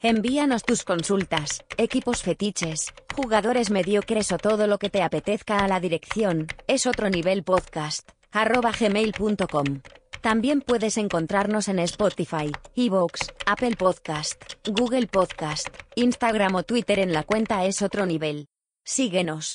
Speaker 2: Envíanos tus consultas, equipos fetiches, jugadores mediocres o todo lo que te apetezca a la dirección es otro nivel podcast arroba gmail.com. También puedes encontrarnos en Spotify, Evox, Apple Podcast, Google Podcast, Instagram o Twitter en la cuenta es otro nivel. Síguenos.